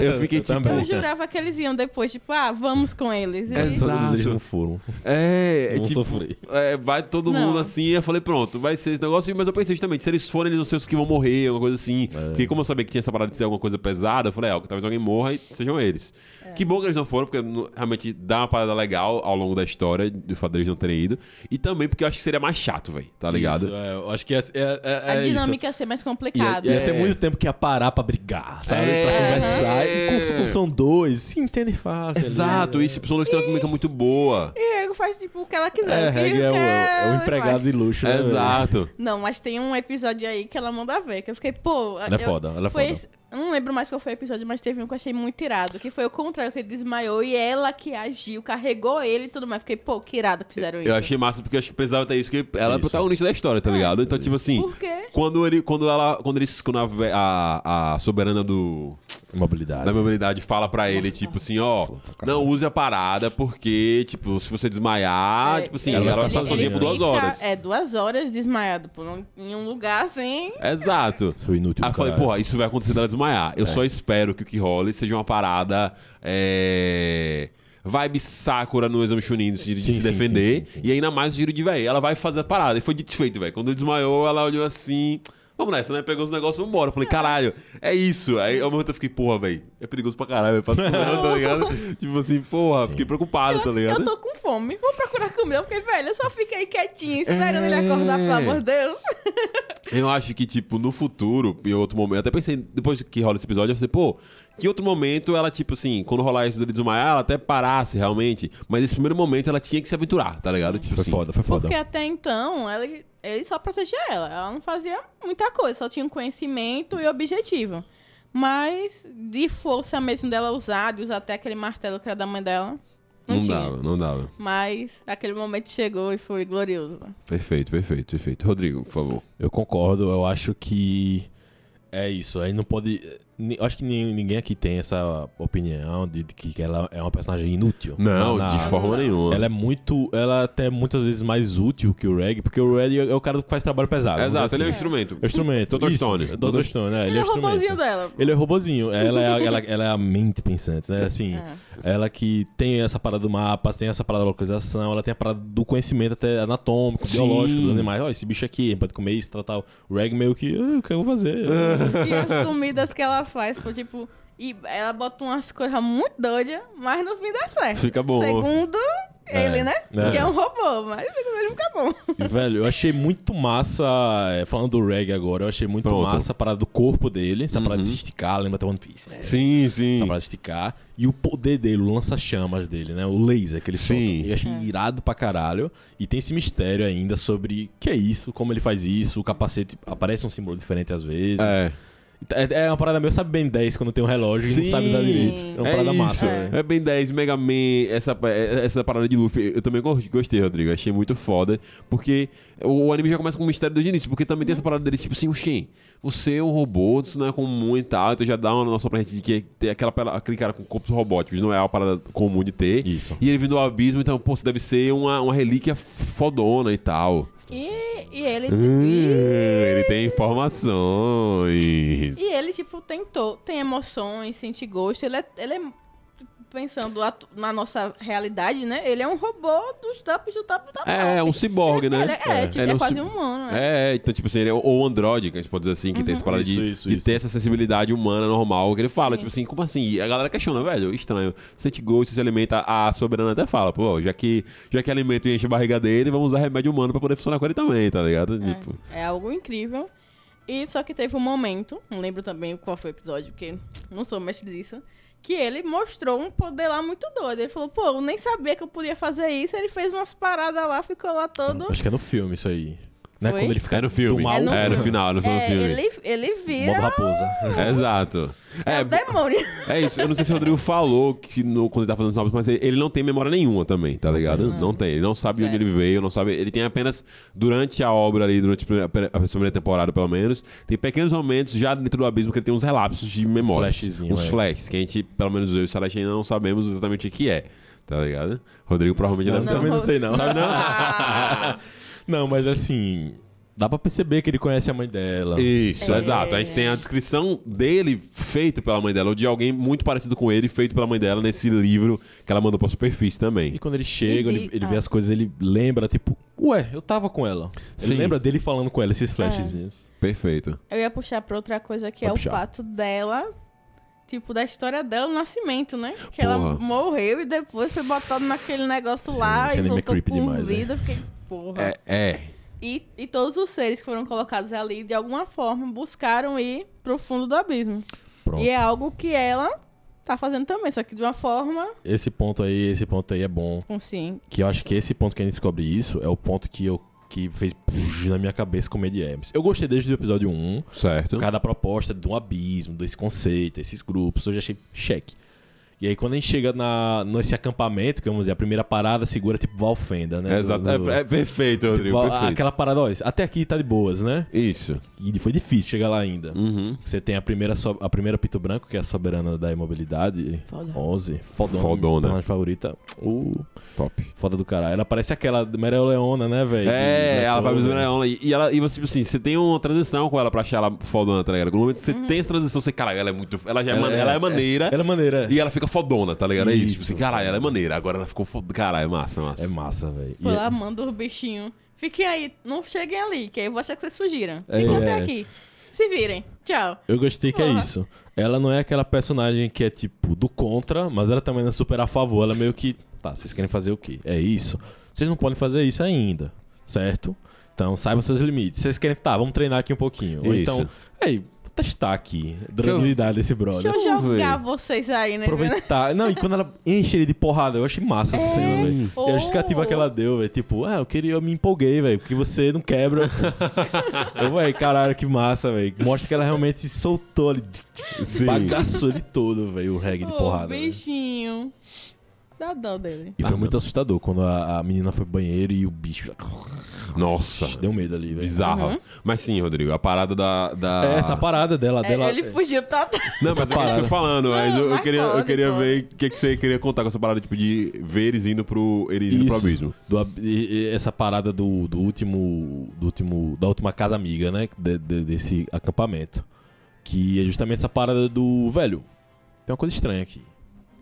Eu fiquei tipo.
também.
Eu jurava que eles iam depois, tipo, ah, vamos com eles. E
É,
aí-
Exato.
Todos eles não foram.
É, é
não
tipo,
sofri.
É, vai todo
Não.
mundo assim. E eu falei, pronto, vai ser esse negócio. Mas eu pensei justamente, se eles forem, eles vão ser os que vão morrer, alguma coisa
É.
assim. Porque como eu sabia que tinha essa parada de ser alguma coisa pesada, eu falei, ó, talvez alguém morra e sejam eles. Que bom que eles não foram, porque no- realmente dá uma parada legal ao longo da história, do fato deles não terem ido. E também porque eu acho que seria mais chato, velho, tá ligado?
Isso, é, eu acho que é, é, é,
a
é isso.
dinâmica ia ser mais complicada.
Ia, ia ter muito tempo que ia parar pra brigar, sabe?
É.
Pra conversar.
É.
E com, com- são dois, se entende fácil. ali. né?
Exato, isso, são dois que têm uma química muito boa.
E a Rego faz, tipo, o que ela quiser.
É,
o que
Reg é, o,
quer,
é o
ela
empregado de luxo. né, velho?
Exato.
Não, mas tem um episódio aí que ela manda ver, que eu fiquei, pô...
Ela é
eu-
foda, ela é
foi
foda.
esse- eu não lembro mais qual foi o episódio, mas teve um que eu achei muito irado, que foi o contrário, que ele desmaiou e ela que agiu, carregou ele e tudo mais. Fiquei, pô, que irado que fizeram isso.
Eu achei massa porque eu acho que precisava ter isso, porque ela é a
Isso.
protagonista da história, tá ligado? Então, tipo assim.
Por quê?
Quando ele. Quando ela. Quando eles. Quando a, ve- a, a soberana do.
Mobilidade.
Da mobilidade fala pra ele, tipo assim, ó. Não use a parada, porque, tipo, se você desmaiar,
É,
tipo assim,
ela
ela
vai
vai
ficar
ficar sozinha por duas
fica-
horas.
É, duas horas desmaiado, pô, num- em um lugar assim...
Exato.
Sou inútil. É.
Aí eu Ah,
do
falei,
caralho.
porra, isso vai acontecer dela desmaiar. Eu só espero que o que role seja uma parada. É. Vibe Sakura no exame Chunin de
Sim,
se
sim,
defender.
sim, sim, sim.
E ainda mais o giro de véi. Ela vai fazer a parada. E foi desfeito, velho. Quando ele desmaiou, ela olhou assim. Vamos nessa, né? Pegou os negócios e vambora. Eu falei, caralho, é isso. Aí ao mesmo tempo eu fiquei, porra, velho, é perigoso pra caralho, velho. Passando, tá ligado? Tipo assim, porra, fiquei preocupado, tá ligado?
Eu tô com fome, vou procurar comida, porque, velho, eu só fiquei quietinha esperando ele acordar, pelo
É.
amor de Deus.
Eu acho que, tipo, no futuro, em outro momento. eu Até pensei, depois que rola esse episódio, eu falei, pô, que outro momento ela, tipo assim, quando rolar isso dele desmaiar, ela até parasse realmente. Mas nesse primeiro momento ela tinha que se aventurar, tá ligado? Tipo
Foi
assim.
foda, foi foda.
Porque até então, ela- ele, só protegia ela. Ela não fazia muita coisa, só tinha um conhecimento e objetivo. Mas de força mesmo dela usar, de usar até aquele martelo que era da mãe dela, não,
Não
tinha.
dava, não dava.
Mas aquele momento chegou e foi glorioso.
Perfeito, perfeito, perfeito. Rodrigo, por favor.
Eu concordo, eu acho que é isso. Aí não pode. ni- Acho que ni- ninguém aqui tem essa opinião de, de que ela é uma personagem inútil.
Não,
Na-
de
na-
forma nenhuma.
Ela é muito. Ela é até muitas vezes mais útil que o Reg, porque o Reg é o cara que faz trabalho pesado. vamos
Exato,
dizer
ele é um
assim.
instrumento.
É o instrumento.
Dr.
isso,
Stone.
Dr. Stone, é,
Ele
ele
é
é
o robozinho
instrumento.
dela.
Ele é robozinho, ela é, a- ela, ela é a mente pensante, né? Assim, ela que tem essa parada do mapa, tem essa parada da localização, ela tem a parada do conhecimento até anatômico,
Sim.
biológico dos animais. Ó, esse bicho aqui, pode comer isso, tal, tal. O Reg meio que, "Ah, o que eu vou fazer?
E as comidas que ela faz, pô, tipo. E ela bota umas coisas muito doidas, mas no fim dá certo.
Fica bom.
Segundo ele, né?
é.
Que é um robô, mas ele fica bom.
E, Velho, eu achei muito massa. é, Falando do reggae agora, eu achei muito
Pronto. Uhum.
massa a parada do corpo dele. Essa parada de se esticar, lembra até One Piece, né?
Sim, sim.
Essa parada de esticar. E o poder dele, o lança-chamas dele, né? O laser que ele solta.
Sim.
Eu achei irado pra caralho. E tem esse mistério ainda sobre que é isso, como ele faz isso. O capacete aparece um símbolo diferente às vezes.
É.
É, é uma parada meio, sabe, Ben 10 quando tem um relógio e
Sim.
não sabe usar direito. É uma
É
parada
isso.
massa, velho.
É. bem 10, Mega Man, essa, essa parada de Luffy. Eu também go- gostei, Rodrigo. Achei muito foda. Porque o, o anime já começa com um mistério desde o início. Porque também tem essa parada dele, tipo assim, o Shen, você é um robô, isso não é comum e tal. Então já dá uma noção pra gente de que tem aquela, pela- aquele cara com corpos robóticos não é uma parada comum de ter.
Isso.
E ele vindo do abismo, então, pô, você deve ser uma, uma relíquia fodona e tal.
E, e ele. tipo,
Hum,
e-
ele tem informações.
E ele, tipo, tentou, tem emoções, sente gosto. Ele é, ele é pensando atu- na nossa realidade, né? Ele é um robô dos tops do top do top.
É, é um ciborgue, né?
Ele é, é, tipo,
Ele
é
um
quase
ci-
um humano, né? Uhum.
É, é, então, tipo assim, ele é o- ou androide, que a gente pode dizer assim, que tem essa parada
Isso,
de,
isso,
de
isso.
ter essa sensibilidade humana normal, que ele fala,
Sim.
tipo assim, como assim? E a galera questiona, velho, estranho. Sente gosto, se alimenta, a soberana até fala, pô, já que, já que alimento enche a barriga dele, vamos usar remédio humano pra poder funcionar com ele também, tá ligado? Tipo,
É algo incrível. E só que teve um momento, não lembro também qual foi o episódio, porque não sou mestre disso, que ele mostrou um poder lá muito doido. Ele falou, pô, eu nem sabia que eu podia fazer isso. Ele fez umas paradas lá, ficou lá todo.
Acho que é no filme isso aí. Né?
Foi?
Quando ele fica
é no filme.
do mal.
É no,
É no
final, no final do
É,
filme.
ele, ele
modo
vira
raposa.
Exato.
é, o
É,
demônio.
é isso. Eu não sei se o Rodrigo falou que no, quando ele tá fazendo sinopse, mas ele não tem memória nenhuma também, tá ligado? Não, tem. Ele não sabe de onde
Zero.
ele veio, não sabe. Ele tem apenas, durante a obra ali, durante a primeira- a primeira temporada, pelo menos, tem pequenos momentos já dentro do abismo que ele tem uns relapsos de memória.
Flashzinho,
Uns
é.
flashes, que a gente, pelo menos eu e o Celeste ainda não sabemos exatamente o que é, tá ligado? Rodrigo provavelmente
Eu
deve
também não
Ro-
sei, não.
Ah,
Não, mas assim. Dá pra perceber que ele conhece a mãe dela.
Isso,
É.
exato. A gente tem a descrição dele feito pela mãe dela, ou de alguém muito parecido com ele, feito pela mãe dela nesse livro que ela mandou pra superfície também.
E quando ele chega,
E-
ele,
e-
ele vê
ah.
as coisas, ele lembra, tipo, ué, eu tava com ela.
Sim.
Ele lembra dele falando com ela, esses flashzinhos.
Perfeito.
Eu ia puxar pra outra coisa que
Pode
é
puxar.
o fato dela. Tipo, da história dela, o nascimento, né? Que ela
Porra.
morreu e depois foi botada naquele negócio lá
esse
e
anime é
voltou
creepy
com
demais, né?
vida. Eu Fiquei, porra.
É, é.
E, e todos os seres que foram colocados ali, de alguma forma, buscaram ir pro fundo do abismo.
Pronto.
E é algo que ela tá fazendo também, só que de uma forma
Esse ponto aí, esse ponto aí é bom.
consciente.
Que eu acho que esse ponto que a gente descobre isso é o ponto que eu que fez puf, na minha cabeça com Mad Hermes. Eu gostei desde o episódio 1.
Certo.
Cada proposta do abismo, desse conceito, esses grupos, eu já achei cheque. E aí quando a gente chega na, nesse acampamento, que vamos dizer, a primeira parada segura tipo Valfenda, né?
Exato.
Do- do-
É, é perfeito, Rodrigo.
Val-
perfeito.
Tipo, aquela parada, ó, até aqui tá de boas, né?
Isso.
E foi difícil chegar lá ainda.
Uhum.
Você tem a primeira, so- a primeira Pito Branco, que é a soberana da imobilidade.
Foda.
11. Fodona.
Fodona.
Personagem favorita. Uh,
Top.
foda do caralho. Ela parece aquela Maria Leona, né, velho?
É, ela vai mesmo ela. E, e ela, e você, tipo assim, você tem uma transição com ela pra achar ela fodona, tá ligado? No momento que você tem essa transição, você, caralho, ela é muito. Ela já é, mane- ela é maneira.
Ela é maneira. é.
E ela fica fodona, tá ligado? É isso. Tipo
Isso.
assim, caralho, ela é maneira. Agora ela ficou fodona. Caralho, massa, massa.
É massa, velho. E-
Foi lá, manda os bichinhos. Fiquem aí, não cheguem ali, que aí eu vou achar que vocês fugiram.
É,
Fiquem
é.
até aqui. Se virem. Tchau.
Eu gostei que é
Porra.
isso. Ela não é aquela personagem que é, tipo, do contra, mas ela também não é super a favor. Ela é meio que. Tá, vocês querem fazer o quê? É isso? Vocês não podem fazer isso ainda, certo? Então saibam seus limites. Vocês querem. Tá, vamos treinar aqui um pouquinho. Ou
Isso.
então. Aí, vou testar aqui.
eu-
Durabilidade desse brother.
Deixa eu jogar
velho.
vocês aí, né?
Aproveitar. Não, e quando ela enche ele de porrada, eu achei massa essa
É.
cena, velho. E a justificativa
Oh.
que ela deu, velho. Tipo, ah, eu queria, eu me empolguei, velho, porque você não quebra. eu, velho, caralho, que massa, velho. Mostra que ela realmente se soltou ali.
Sim.
Bagaçou ele todo, velho, o reggae de
Ô,
porrada. né? velho.
bichinho. Dá dó dele.
E foi muito assustador quando a, a menina foi pro banheiro e o bicho
Nossa.
deu medo ali, velho.
Bizarro. Ah. Mas sim, Rodrigo, a parada da. da...
É, essa parada dela,
É,
dela.
Ele fugiu, tá? tá.
Não,
essa
mas é o que a gente
parada.
foi falando, mas eu, eu
vai
queria, eu
embora,
queria
então.
ver o que, que você queria contar com essa parada, tipo, de ver eles indo pro. Eles indo pro
Isso.
abismo.
Do ab- e- e- essa parada do, do último. Do último. Da última casa amiga, né? de- de- desse acampamento. Que é justamente essa parada do. Velho, tem uma coisa estranha aqui.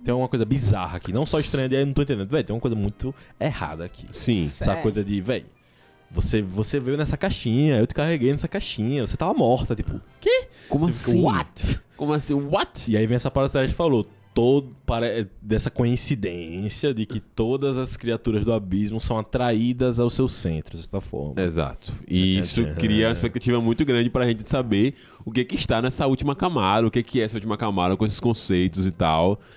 Tem uma coisa bizarra aqui. Não só estranha, eu não tô entendendo. Velho, tem uma coisa muito errada aqui.
Sim.
Essa
É.
coisa de, velho, você, você veio nessa caixinha, eu te carreguei nessa caixinha, você tava morta, tipo, que?
Como assim?
Tipo, What?
Como assim? What?
E aí vem essa parada que a gente falou, todo, pare- dessa coincidência de que todas as criaturas do abismo são atraídas ao seu centro, dessa forma.
Exato. E
Tchan,
isso
tchan.
cria uma expectativa muito grande pra gente saber o que que está nessa última camada, o que que é essa última camada com esses conceitos e tal.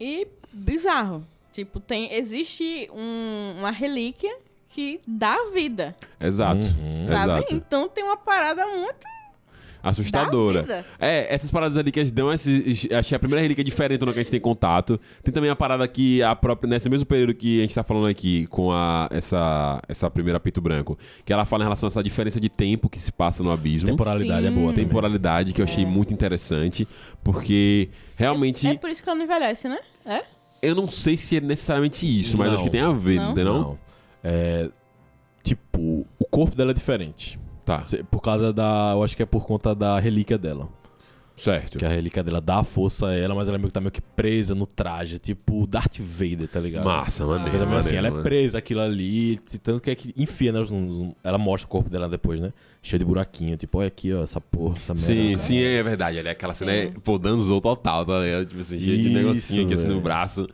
E bizarro. Tipo, tem, existe um- uma relíquia que dá vida,
Exato.
sabe?
Exato.
Então tem uma parada muito Da
Assustadora.
vida.
É, essas paradas ali que eles dão esses. Achei a primeira relíquia diferente no que a gente tem contato. Tem também a parada que a própria. Nesse mesmo período que a gente tá falando aqui com a, essa, essa primeira Pito Branco, que ela fala em relação a essa diferença de tempo que se passa no abismo.
Temporalidade é boa também.
Temporalidade, que eu
É.
achei muito interessante, porque realmente
É por isso que ela não envelhece, né? É?
eu não sei se é necessariamente isso, mas
Não.
acho que tem a ver,
Não?
entendeu?
Não. É, tipo, o corpo dela é diferente.
Tá,
Cê- Por causa da. Eu acho que é por conta da relíquia dela.
certo.
Que a relíquia dela dá força a ela, mas ela meio que tá meio que presa no traje, tipo Darth Vader, tá ligado?
Massa, maneiro.
Coisa meio assim,
maneiro,
ela é
maneiro.
presa aquilo ali, t- tanto que é que enfia, né, os- os- ela mostra o corpo dela depois, né? Cheio de buraquinho, tipo, olha aqui, ó, essa porra, essa merda.
Sim, sim, é verdade. Ali é aquela cena, é, pô, danzou total, tá ligado? Tipo assim, cheio de
Isso,
negocinho aqui assim no
velho.
braço.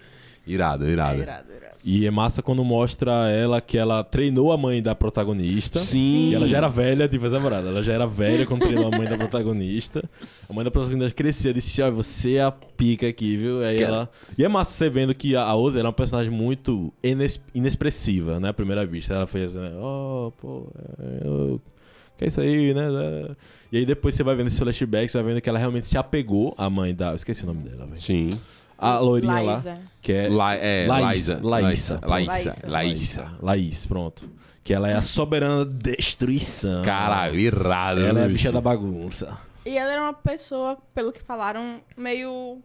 Irado, irado.
É irado, irado.
E é massa quando mostra ela que ela treinou a mãe da protagonista.
Sim.
E ela já era velha, tipo, essa morada. Ela já era velha quando treinou a mãe da protagonista. A mãe da protagonista crescia, disse, ó, você é a pica aqui, viu? Aí
Cara.
ela... E é massa você vendo que a a Oza ela é uma personagem muito ines- inexpressiva, né? À primeira vista. Ela fez assim, né? Ó, pô, é, eu- que é isso aí, né? E aí depois você vai vendo esse flashback, você vai vendo que ela realmente se apegou à mãe da... Eu esqueci o nome dela, velho.
Sim.
A loirinha lá.
Liza.
Que é...
La, é,
Laísa,
Laísa.
Laísa,
Laísa.
pronto.
Laísa.
Laís, pronto. Que ela é a soberana da destruição.
Caralho, irado.
Ela é a
bicho.
bicha da bagunça.
E ela era uma pessoa, pelo que falaram, meio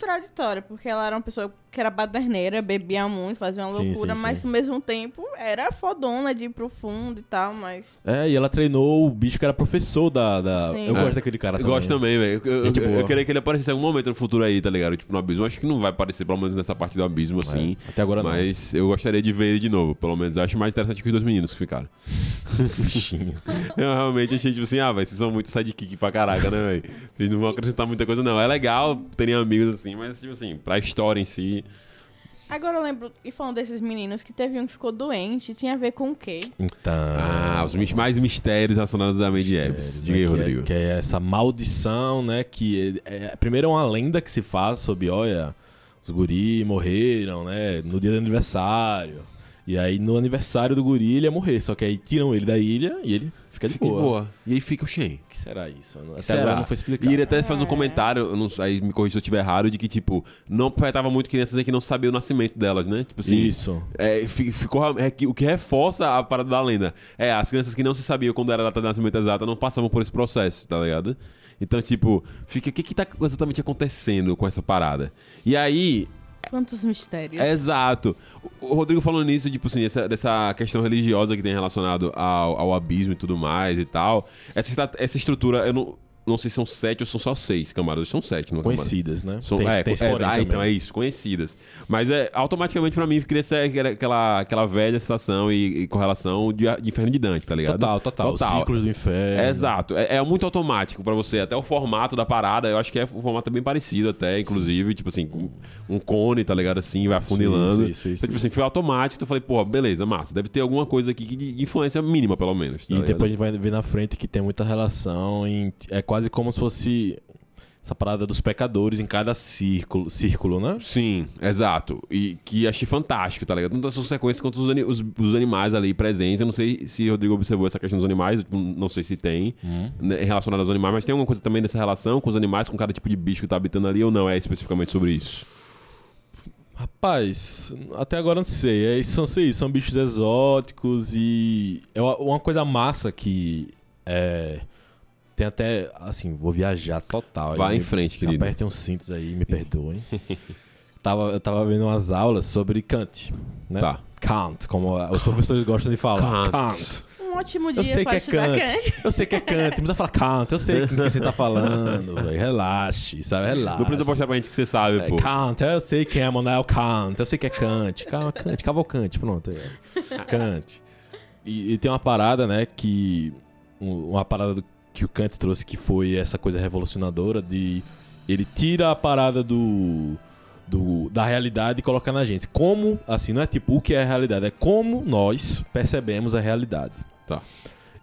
contraditória, porque ela era uma pessoa que era baderneira, bebia muito, fazia uma
Sim,
loucura,
sim,
mas
sim.
ao mesmo tempo era fodona de ir pro fundo e tal, mas.
É, e ela treinou o bicho que era professor da. da-
Sim.
Eu
É.
gosto daquele cara
Eu
também.
gosto também, velho. Eu, eu,
Gente
eu- eu
boa.
queria que ele aparecesse em algum momento no futuro aí, tá ligado? Tipo, no abismo. Eu acho que não vai aparecer, pelo menos nessa parte do abismo, assim.
É. até agora não.
Mas eu gostaria de ver ele de novo, pelo menos. Eu acho mais interessante que os dois meninos que ficaram.
Bichinho.
Eu realmente achei, tipo assim, ah, velho, vocês são muito sidekick pra caraca, né, velho? Vocês não vão acrescentar muita coisa, não. É legal terem amigos assim, mas, tipo assim, pra história em si.
Agora eu lembro, e falando desses meninos, que teve um que ficou doente, tinha a ver com o quê?
Então.
Ah, os mis- mais mistérios relacionados à Mandy Evans.
mistérios,
Diga aí,
né, que é-
Rodrigo.
que é essa maldição, né? Que é- é- primeiro é uma lenda que se faz sobre, olha, os guri morreram, né? No dia do aniversário. E aí no aniversário do guri ele ia morrer. Só que aí tiram ele da ilha e ele fica de
Fica
boa.
E aí fica o Shane.
O que será isso? Até
Será?
agora não foi explicado.
E ele até faz um comentário, eu não sei, aí me corrija se eu estiver errado, de que, tipo, não afetava muito crianças aí que não sabiam o nascimento delas, né? Tipo assim.
Isso.
é, fi- ficou, é que- o que reforça a parada da lenda. É, as crianças que não se sabiam quando era a data de nascimento exata não passavam por esse processo, tá ligado? Então, tipo, fica. O que, que tá exatamente acontecendo com essa parada? E aí,
Quantos mistérios.
É.
Exato. O o Rodrigo falou nisso, tipo assim, essa- dessa questão religiosa que tem relacionado ao, ao abismo e tudo mais e tal. Essa, estra- essa estrutura, eu não, não sei se são sete ou são só seis camadas. São sete, não é, camada?
Conhecidas, né?
São,
Tem-
é,
tem esse
é,
porém
ah, então
também.
é isso, conhecidas. Mas é, automaticamente pra mim cria essa- aquela, aquela velha citação e, e correlação de, de Inferno de Dante, tá ligado?
Total, total. Os Ciclos do inferno.
Exato. É, é muito automático pra você. Até o formato da parada, eu acho que é um formato bem parecido até, inclusive. Tipo assim, com um cone, tá ligado? Assim, vai afunilando.
Isso, isso, isso,
então, tipo
isso.
assim, foi automático. Então eu falei, pô, beleza, massa. Deve ter alguma coisa aqui que de influência mínima, pelo menos. tá
E
ligado?
depois a gente vai ver na frente que tem muita relação em- É quase como se fosse essa parada dos pecadores em cada círculo, círculo né?
Sim, exato. E que achei fantástico, tá ligado? Tanto as consequências quanto os, ani- os- os animais ali presentes. Eu não sei se o Rodrigo observou essa questão dos animais, eu, tipo, não sei se tem
Hum.
né, relacionado aos animais, mas tem alguma coisa também dessa relação com os animais, com cada tipo de bicho que tá habitando ali ou não? É especificamente sobre isso?
Rapaz, até agora eu não sei. É, são, sei, são bichos exóticos e. É uma- uma coisa massa que. É, tem até. Assim, vou viajar total.
Vá
Aí
em
me-
frente, querido.
Apertem uns cintos aí, me perdoem. tava, eu tava vendo umas aulas sobre Kant, né?
Tá.
Kant, como os professores gostam de falar.
Kant.
Kant.
Um ótimo dia
Eu sei que
pra
é
estudar
Kant.
Kant.
Eu sei que é Kant. Não precisa falar Kant. Eu sei o que você tá falando, velho. Relaxe, sabe? Relaxe.
Não precisa mostrar pra gente que você sabe,
Ah, É
pô.
Kant, eu sei quem é Manuel Kant, eu sei que é Kant, Calma, Kant, Cavalcante, pronto. é. Kant. E, e tem uma parada, né, que. um- Uma parada do- que o Kant trouxe que foi essa coisa revolucionadora de. Ele tira a parada do. do- da realidade e coloca na gente. Como, assim, não é tipo o que é a realidade, é como nós percebemos a realidade.
Tá.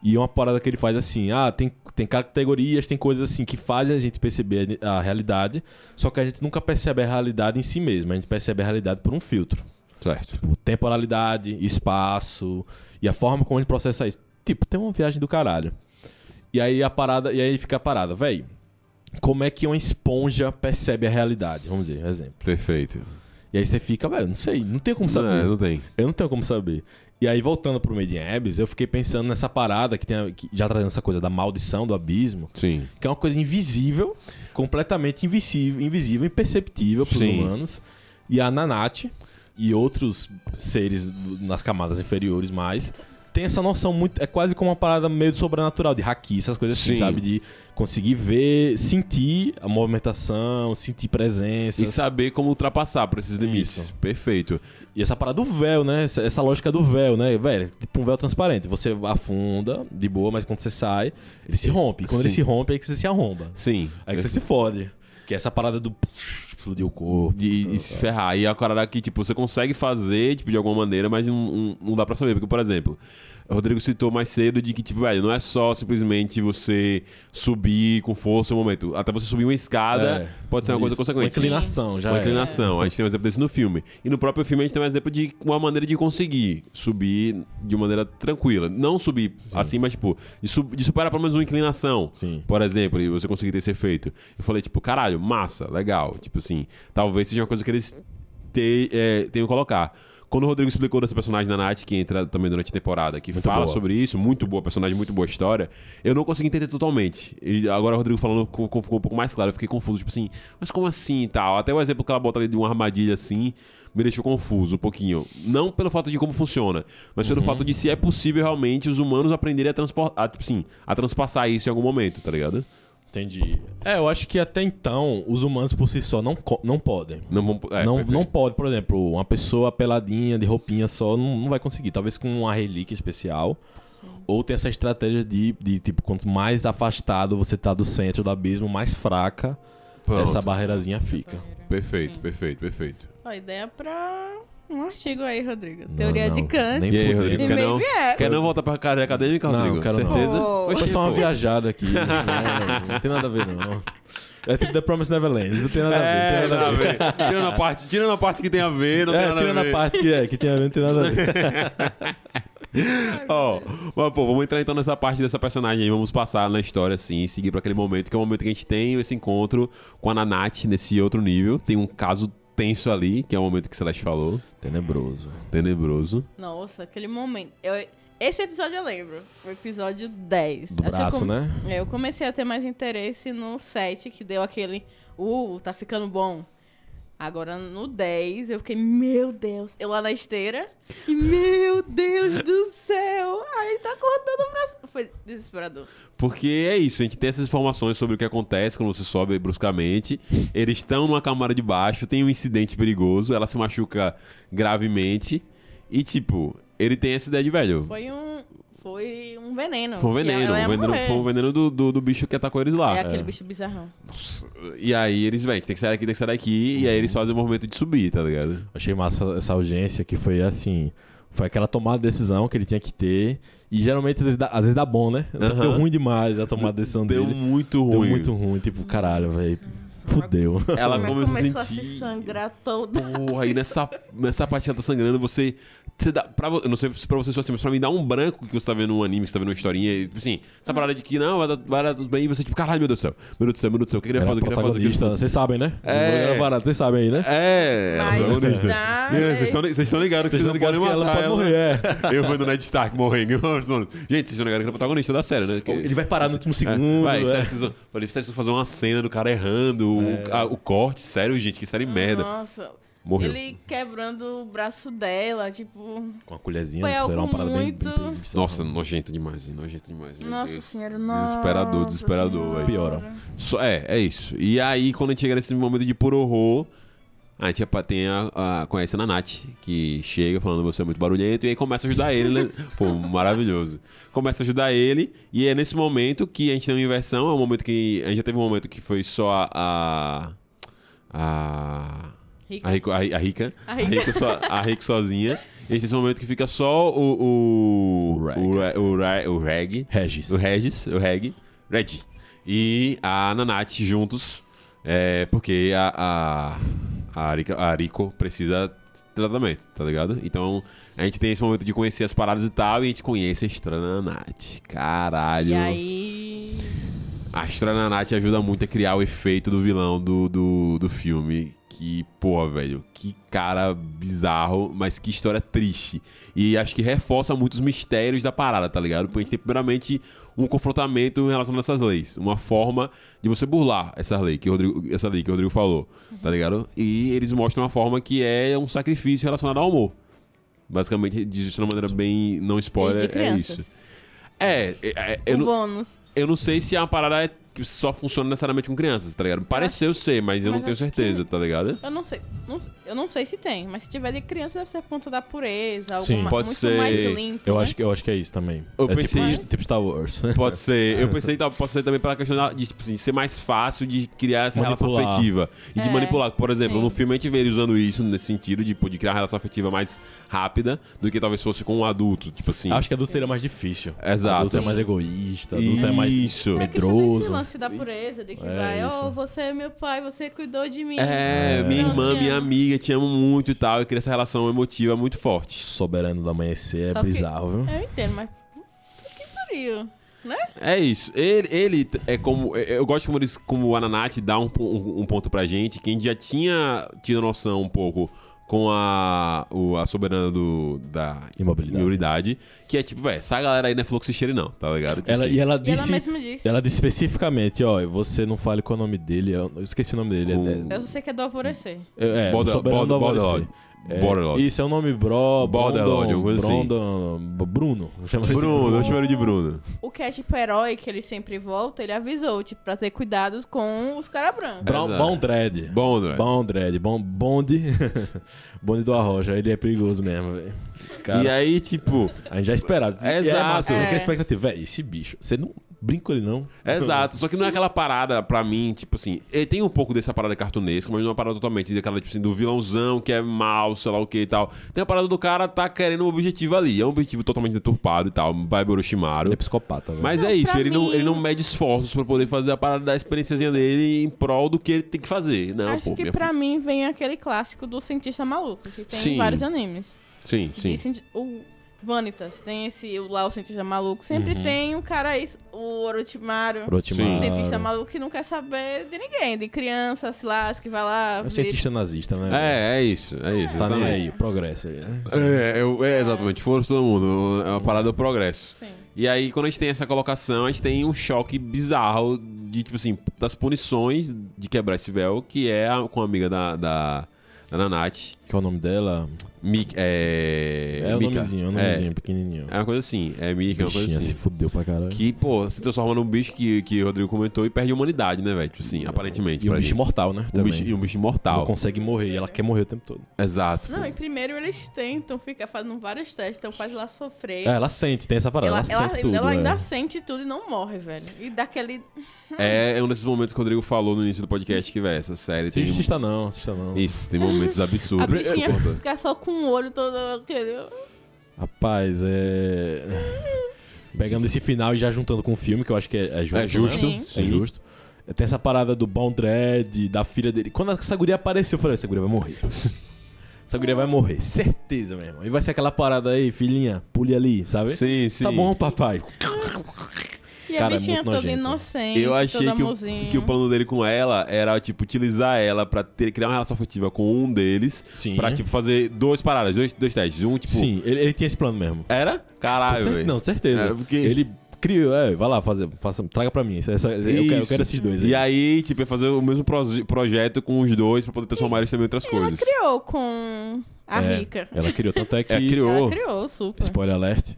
E é uma parada que ele faz assim, ah, tem, tem categorias, tem coisas assim que fazem a gente perceber a realidade, só que a gente nunca percebe a realidade em si mesmo, a gente percebe a realidade por um filtro.
Certo.
Tipo, temporalidade, espaço e a forma como a gente processa isso. Tipo, tem uma viagem do caralho. E aí a parada, e aí fica a parada, véi, como é que uma esponja percebe a realidade? Vamos dizer, um exemplo.
Perfeito.
E aí você fica, velho, não sei, não tem como saber.
É, não tem.
Eu não tenho como saber. E aí, voltando pro Made in Abyss, eu fiquei pensando nessa parada que tem. a- que- já trazendo essa coisa da maldição, do abismo,
Sim.
que é uma coisa invisível, completamente invisível, invisível imperceptível pros
Sim.
humanos. E a Nanate e outros seres do- nas camadas inferiores mais. Tem essa noção muito. É quase como uma parada meio sobrenatural, de haki, essas coisas assim,
Sim.
sabe? De conseguir ver, sentir a movimentação, sentir presença.
E saber como ultrapassar por esses limites.
Isso.
Perfeito.
E essa parada do véu, né? Essa, essa lógica do véu, né? Velho, tipo um véu transparente. Você afunda de boa, mas quando você sai, ele se rompe. E quando ele
Sim.
se rompe, é aí que você se arromba.
Sim.
Aí que você se fode. Que é essa parada do explodir o corpo.
De e se ferrar. E a parada que, tipo, você consegue fazer, tipo, de alguma maneira, mas não, não- não dá pra saber. Porque, por exemplo, o Rodrigo citou mais cedo de que, tipo, velho, não é só simplesmente você subir com força no momento. Até você subir uma escada
É,
pode ser uma coisa
isso. Uma
consequente.
inclinação, já.
uma
é.
inclinação. A gente tem um exemplo desse no filme. E no próprio filme a gente tem um exemplo de uma maneira de conseguir subir de maneira tranquila. Não subir assim, mas tipo, de, su- de superar pelo menos uma inclinação.
Sim.
Por exemplo, e você conseguir ter esse efeito. Eu falei, tipo, caralho, massa, legal. Tipo assim, talvez seja uma coisa que eles te, é, tenham que colocar. Quando o Rodrigo explicou dessa personagem da Nath, que entra também durante a temporada, que
Muito
fala
boa.
sobre isso, muito boa personagem, muito boa história, eu não consegui entender totalmente. E agora o Rodrigo falando co- co- ficou um pouco mais claro, eu fiquei confuso, tipo assim, mas como assim e tal? Até o exemplo que ela bota ali de uma armadilha assim, me deixou confuso um pouquinho. Não pelo fato de como funciona, mas
Uhum.
pelo fato de se é possível realmente os humanos aprenderem a, transpor, a, tipo assim, a transpassar isso em algum momento, tá ligado?
Entendi. É, eu acho que até então os humanos por si só não, co- não podem.
Não, vão- é,
não,
perfeito.
não pode, por exemplo, uma pessoa peladinha, de roupinha só, não, não vai conseguir. Talvez com uma relíquia especial. Ou tem essa estratégia de, de, tipo, quanto mais afastado você tá do centro do abismo, mais fraca
Pronto.
essa barreirazinha fica.
Perfeito, perfeito, perfeito.
Ó, ideia pra um artigo aí, Rodrigo. Teoria de
não,
Kant.
nem
E aí,
Fudeu.
Rodrigo,
E
quer
bem
não,
viés.
quer não voltar pra carreira acadêmica,
Não,
Rodrigo?
quero não.
Certeza?
Pô,
Oxe,
Foi só uma
pô.
viajada aqui. né? Não tem nada a ver, não. É tipo The Promised Neverland. Não tem nada a ver.
É,
não tem nada a ver.
nada a ver. Tirando a parte, tirando a parte que tem a ver, não tem
É,
nada a
tirando
ver.
a parte que é, que tem a ver, não tem nada a ver.
Ó, mas pô, vamos entrar então nessa parte dessa personagem aí, vamos passar na história assim, e seguir pra aquele momento que é o momento que a gente tem esse encontro com a Nanate nesse outro nível. Tem um caso tenso ali, que é o momento que Celeste falou,
Tenebroso.
tenebroso.
Nossa, aquele momento. Eu- esse episódio eu lembro. O episódio 10.
Do
Acho que eu
braço,
com-
né?
É, Eu comecei a ter mais interesse no 7, que deu aquele. Uh, tá ficando bom. Agora no 10, eu fiquei, meu Deus. Eu lá na esteira. E, meu Deus do céu. Aí ele tá cortando o braço. Foi desesperador.
Porque é isso, a gente tem essas informações sobre o que acontece quando você sobe bruscamente. Eles estão numa camada de baixo, tem um incidente perigoso, ela se machuca gravemente. E, tipo, ele tem essa ideia de velho.
Foi um. Foi um veneno.
Foi um
que
veneno,
ela ia
um veneno
morrer.
foi um veneno do, do, do bicho que atacou eles lá. É,
É aquele bicho bizarrão.
E aí eles, velho, tem que sair daqui, tem que sair daqui. E aí eles fazem o movimento de subir, tá ligado?
Achei massa essa urgência que foi assim. Foi aquela tomada de decisão que ele tinha que ter. E geralmente às vezes dá, às vezes dá bom, né? Só que deu ruim demais a tomada de decisão
Deu
dele.
muito
Deu
ruim.
muito ruim, tipo, caralho, velho. Fudeu.
Ela
Mas
começou a sentir.
é começou a se sangrar toda.
Porra, aí né? nessa, nessa parte que ela tá sangrando, você. você dá, pra, vo- eu não sei se pra você só assim, mas pra mim dá um branco que você tá vendo um anime, que você tá vendo uma historinha. E, tipo assim,
Hum.
essa parada de que não, vai dar, vai dar tudo bem. E você, tipo, caralho, meu Deus do céu, meu Deus do céu, meu Deus do céu, o que ele ia
Era
fazer, o que ele ia fazer. o que ele ia
protagonista,
fazer?
vocês sabem, né?
É.
Era barato, vocês sabem aí, né?
É, ela é
Mas
protagonista.
dá- né?
Meu, Vocês estão- vocês estão ligados que
Vocês
vocês
estão
não podem
ligados que
matar
ela pode
ela. né?
morrer, é.
Eu vendo o Ned Stark morrendo. Gente, vocês estão ligados que ele é protagonista da série, né? Que-
Ele vai parar no último
É,
segundo.
Vai,
é. É.
sério, vocês falei, sério, vocês fazer uma cena do cara errando, o, a- o corte, sério, gente, que série merda.
Nossa.
Morreu.
Ele quebrando o braço dela, tipo.
Com a colherzinha,
Foi
será uma
algo
parada bem- bem,
muito-
bem- bem-
Nossa, nojento demais, hein, nojento demais. meu
Nossa
Deus.
senhora, nossa.
Desesperador, desesperador, velho.
Piora.
Só- é, é isso. E aí, quando a gente chega nesse momento de puro horror, a gente apa- tem a, a, conhece a Nath, que chega falando você é muito barulhento, e aí começa a ajudar ele, né? Pô, maravilhoso. Começa a ajudar ele, e é nesse momento que a gente tem uma inversão, é um momento que. A gente já teve um momento que foi só a- a. A.
Rica.
A, Rico- a, a Rica.
A
A
Rica.
Rica, so, a Rica sozinha. Esse é o momento que fica só o. O.
O Reg.
O, Re- o, Re- o Reg.
Regis.
O Regis, o Reg. Reg. E a Nanate juntos. É, porque a. A, a, Rica, a Rico precisa de tratamento, tá ligado? Então a gente tem esse momento de conhecer as paradas e tal. E a gente conhece a Estrana Nanate. Caralho.
E aí.
A Estrana Nath ajuda muito a criar o efeito do vilão do, do, do filme. Que, porra, velho, que cara bizarro, mas que história triste. E acho que reforça muito os mistérios da parada, tá ligado? Porque a gente tem, primeiramente, um confrontamento em relação a essas leis. Uma forma de você burlar essa lei que o Rodrigo, essa lei que o Rodrigo falou, tá ligado? E eles mostram uma forma que é um sacrifício relacionado ao amor. Basicamente, diz isso de uma maneira bem não
E
spoiler,
de
é
crianças.
isso. É, é, é
O
eu não-
bônus.
eu não sei se a parada é que só funciona necessariamente com crianças, tá ligado? Pareceu ser, mas eu
mas
não tenho
acho que-
certeza, tá ligado?
Eu não sei. não- eu não sei se tem, mas se tiver de criança, deve ser ponto da pureza,
Sim.
alguma
Pode
muito
ser-
mais limpo.
Eu
né?
acho, que, eu acho que é isso também.
Eu
é
pensei
tipo,
isso.
tipo Star Wars.
Pode ser.
É.
Eu pensei, tá, pode ser também pela questão da- de tipo assim, ser mais fácil de criar essa relação
Manipular.
afetiva. E de
É,
manipular. Por exemplo,
sim.
no filme a gente vê ele usando isso nesse sentido, de, pô, de criar uma relação afetiva mais rápida do que talvez fosse com um adulto. Tipo assim.
Acho que adulto seria mais difícil.
Exato.
Adulto é mais egoísta, adulto é mais.
Isso.
É que só tem esse
medroso.
lance da pureza, de que
É
vai, oh,
isso.
você é meu pai, você cuidou de mim.
É, minha
Não,
irmã,
te
minha
amo.
amiga, te amo muito e tal. E cria essa relação emotiva muito forte.
Soberano do amanhecer é
Só que-
bizarro, viu?
Eu entendo, mas. Que frio. Né?
É isso. Ele, ele t- é como. é- Eu gosto como eles, como a Nanate dá um, po- um- um ponto pra gente, quem já tinha tido noção um pouco com a, o- a soberana do, da
Imobilidade.
imobilidade, que é tipo, velho, essa galera aí não é fluxicheira não, tá ligado? Tipo
Ela,
assim,
e ela
E ela
disse.
mesma disse.
ela disse especificamente, ó, você não fale com o nome dele, eu eu esqueci o nome dele.
O-
é-
Eu sei que é do alvorecer.
É, é,
Border- Border-
Soberano do Alvorecer.
Borderlord.
É,
Borderlord.
Isso é o nome bro,
Borderlord,
Brondon,
alguma coisa assim.
Brondon, B- Bruno. Chama ele de
Bruno, eu chamo ele de Bruno.
O que é tipo herói que ele sempre volta, ele avisou, tipo, pra ter cuidado com os caras brancos.
Brown,
é, Exato.
Bondred.
Bom, André.
Bondred, bom, bonde. bonde do Arroja, ele é perigoso mesmo, velho. Cara,
E aí, tipo,
a gente já esperava. E É,
Exato.
massa,
É.
que a expectativa, velho, esse bicho, você não brinca com ele não?
Exato, só que não é aquela parada pra mim, tipo assim, ele tem um pouco dessa parada cartunesca, mas não é uma parada totalmente daquela, tipo assim, do vilãozão que é mal, sei lá o que e tal. Tem a parada do cara tá querendo um objetivo ali, é um objetivo totalmente deturpado e tal, vai Orochimaru.
Ele é psicopata, velho.
Mas é
Não,
isso,
pra
ele, não,
mim-
ele não mede esforços pra poder fazer a parada da experiênciazinha dele em prol do que ele tem que fazer. Não,
Acho
pô,
que
minha
pra mim vem aquele clássico do cientista maluco, que tem
Sim.
em vários animes.
filha. Sim, sim.
De cienti- o Vanitas, tem esse o lá o cientista maluco, sempre tem o cara aí, o Orochimaru.
Orochimaru.
O cientista maluco que não quer saber de ninguém, de criança, se lasca, que vai lá.
É um
vira-
cientista nazista, né?
É, é isso, é isso.
Tá nem
exatamente.
aí, progresso. aí, né?
É, eu- é, exatamente, força todo mundo, é uma parada do progresso.
Sim.
E aí, quando a gente tem essa colocação, a gente tem um choque bizarro de, tipo assim, das punições de quebrar esse véu, que é a- com a amiga da, da, da Nanate.
Que é o nome dela?
Mik, é.
É o
Mika.
nomezinho, é o nomezinho, pequenininho.
É, é uma coisa assim, é Mika, é uma coisa
Bichinha, se
assim.
fudeu pra caralho.
Que, pô, se transforma num bicho que, que o Rodrigo comentou e perde a humanidade, né, velho? Tipo assim, aparentemente.
E um
pra
bicho
gente.
mortal, né?
Um
também.
bicho, e um bicho
Não
imortal.
consegue morrer, e ela quer morrer o tempo todo.
Exato.
Não, é. e primeiro eles tentam ficar fazendo vários testes, então faz ela sofrer.
É, ela sente, tem essa parada. Ela, sente tudo.
ela
é.
ainda sente tudo e não morre, velho. E dá aquele.
É, é um desses momentos que o Rodrigo falou no início do podcast que, velho, essa série tem.
Assista não, assista não.
Isso, tem momentos
A
absurdos.
bichinha
Conta.
fica só com o olho todo. entendeu?
Rapaz, é. Pegando esse final e já juntando com o filme, que eu acho que é, é justo.
É justo,
né?
sim.
É justo. Tem essa parada do Bondred, da filha dele. Quando essa guria apareceu, eu falei: essa guria vai morrer. Essa guria vai morrer, certeza, meu irmão. E vai ser aquela parada aí, filhinha, pule ali, sabe?
Sim, sim.
Tá bom, papai.
E
Cara,
a
é
bichinha
muito
toda
nojento.
inocente,
Eu achei
toda
que o,
amorzinho.
que o plano dele com ela era, tipo, utilizar ela pra ter, criar uma relação afetiva com um deles.
Sim.
Pra, tipo, fazer duas paradas, dois, dois testes. Um, tipo.
Sim, ele, ele tinha esse plano mesmo.
Era? Caralho,
Cer-
Ah, velho.
Não, certeza.
É, porque-
Ele criou, é, vai lá, fazer, faça, traga pra mim. Essa- essa- eu, quero, eu
Isso.
quero esses dois.
E aí, tipo, ia fazer o mesmo proje- projeto com os dois pra poder transformar eles também em outras
Ela
coisas.
criou com a
É,
rica.
Ela criou, tanto é que.
É, criou.
Ela criou, super.
Spoiler alert.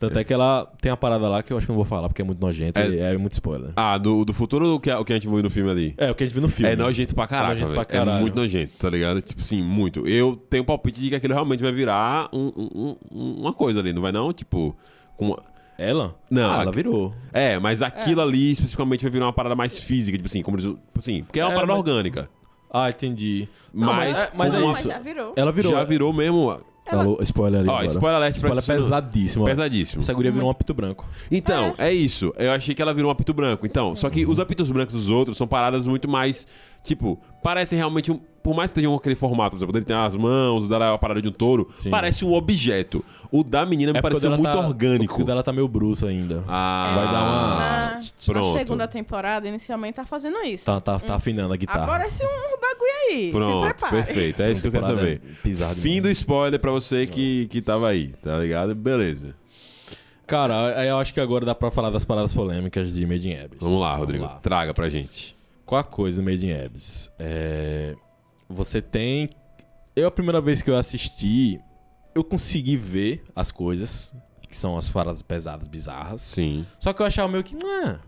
tanto é. que ela tem uma parada lá que eu acho que eu não vou falar porque é muito nojento
É.
e é muito spoiler.
Ah, do, do futuro o que, a- o que a gente viu no filme ali.
É, o que a gente viu no filme.
É nojento pra caraca,
É nojento
velho.
pra caralho.
É muito nojento, tá ligado? Tipo assim, muito. Eu tenho palpite de que aquilo realmente vai virar um- um- um- uma coisa ali, não vai não? Tipo, com...
Ela?
Não,
Ah,
a-
ela virou.
É, mas aquilo ali especificamente vai virar uma parada mais física, tipo assim, como eles, tipo assim, porque é uma
É,
parada
mas-
orgânica.
Ah, entendi. Não,
Mas
é- mas
com
é
uma-
Mas
isso.
já virou.
Ela virou. é.
Já virou mesmo. ó,
Alô, spoiler ali.
Ó,
agora.
spoiler alert pra
Spoiler
você não-
pesadíssimo. ó.
Pesadíssimo.
Essa guria virou um apito branco.
Então, é. isso. Eu achei que ela virou um apito branco. Então, só que os apitos brancos dos outros são paradas muito mais, tipo, parecem realmente um. Por mais que tenham aquele formato, por exemplo, ele tem as mãos, dar a parada de um touro,
Sim.
parece um objeto. O da menina me
É porque
pareceu
o dela
muito
tá- O
orgânico.
cu dela tá meio bruxo ainda.
Ah,
Vai dar uma-
Na,
Pronto.
na segunda temporada, inicialmente, tá fazendo isso.
Tá, tá, tá afinando a guitarra.
Agora esse um bagulho aí. se
Pronto,
prepare.
perfeito. É isso que eu quero
temporada
saber.
é pisada
Fim
demais.
do spoiler pra você que, que tava aí, tá ligado? Beleza.
Cara, aí eu acho que agora dá pra falar das paradas polêmicas de Made in Abyss.
Vamos lá, Rodrigo. Traga pra gente.
Qual a coisa do Made in Abyss? É... Você tem... Eu, a primeira vez que eu assisti, eu consegui ver as coisas, que são as paradas pesadas, bizarras.
Sim.
Só que eu achava meio que... Ah,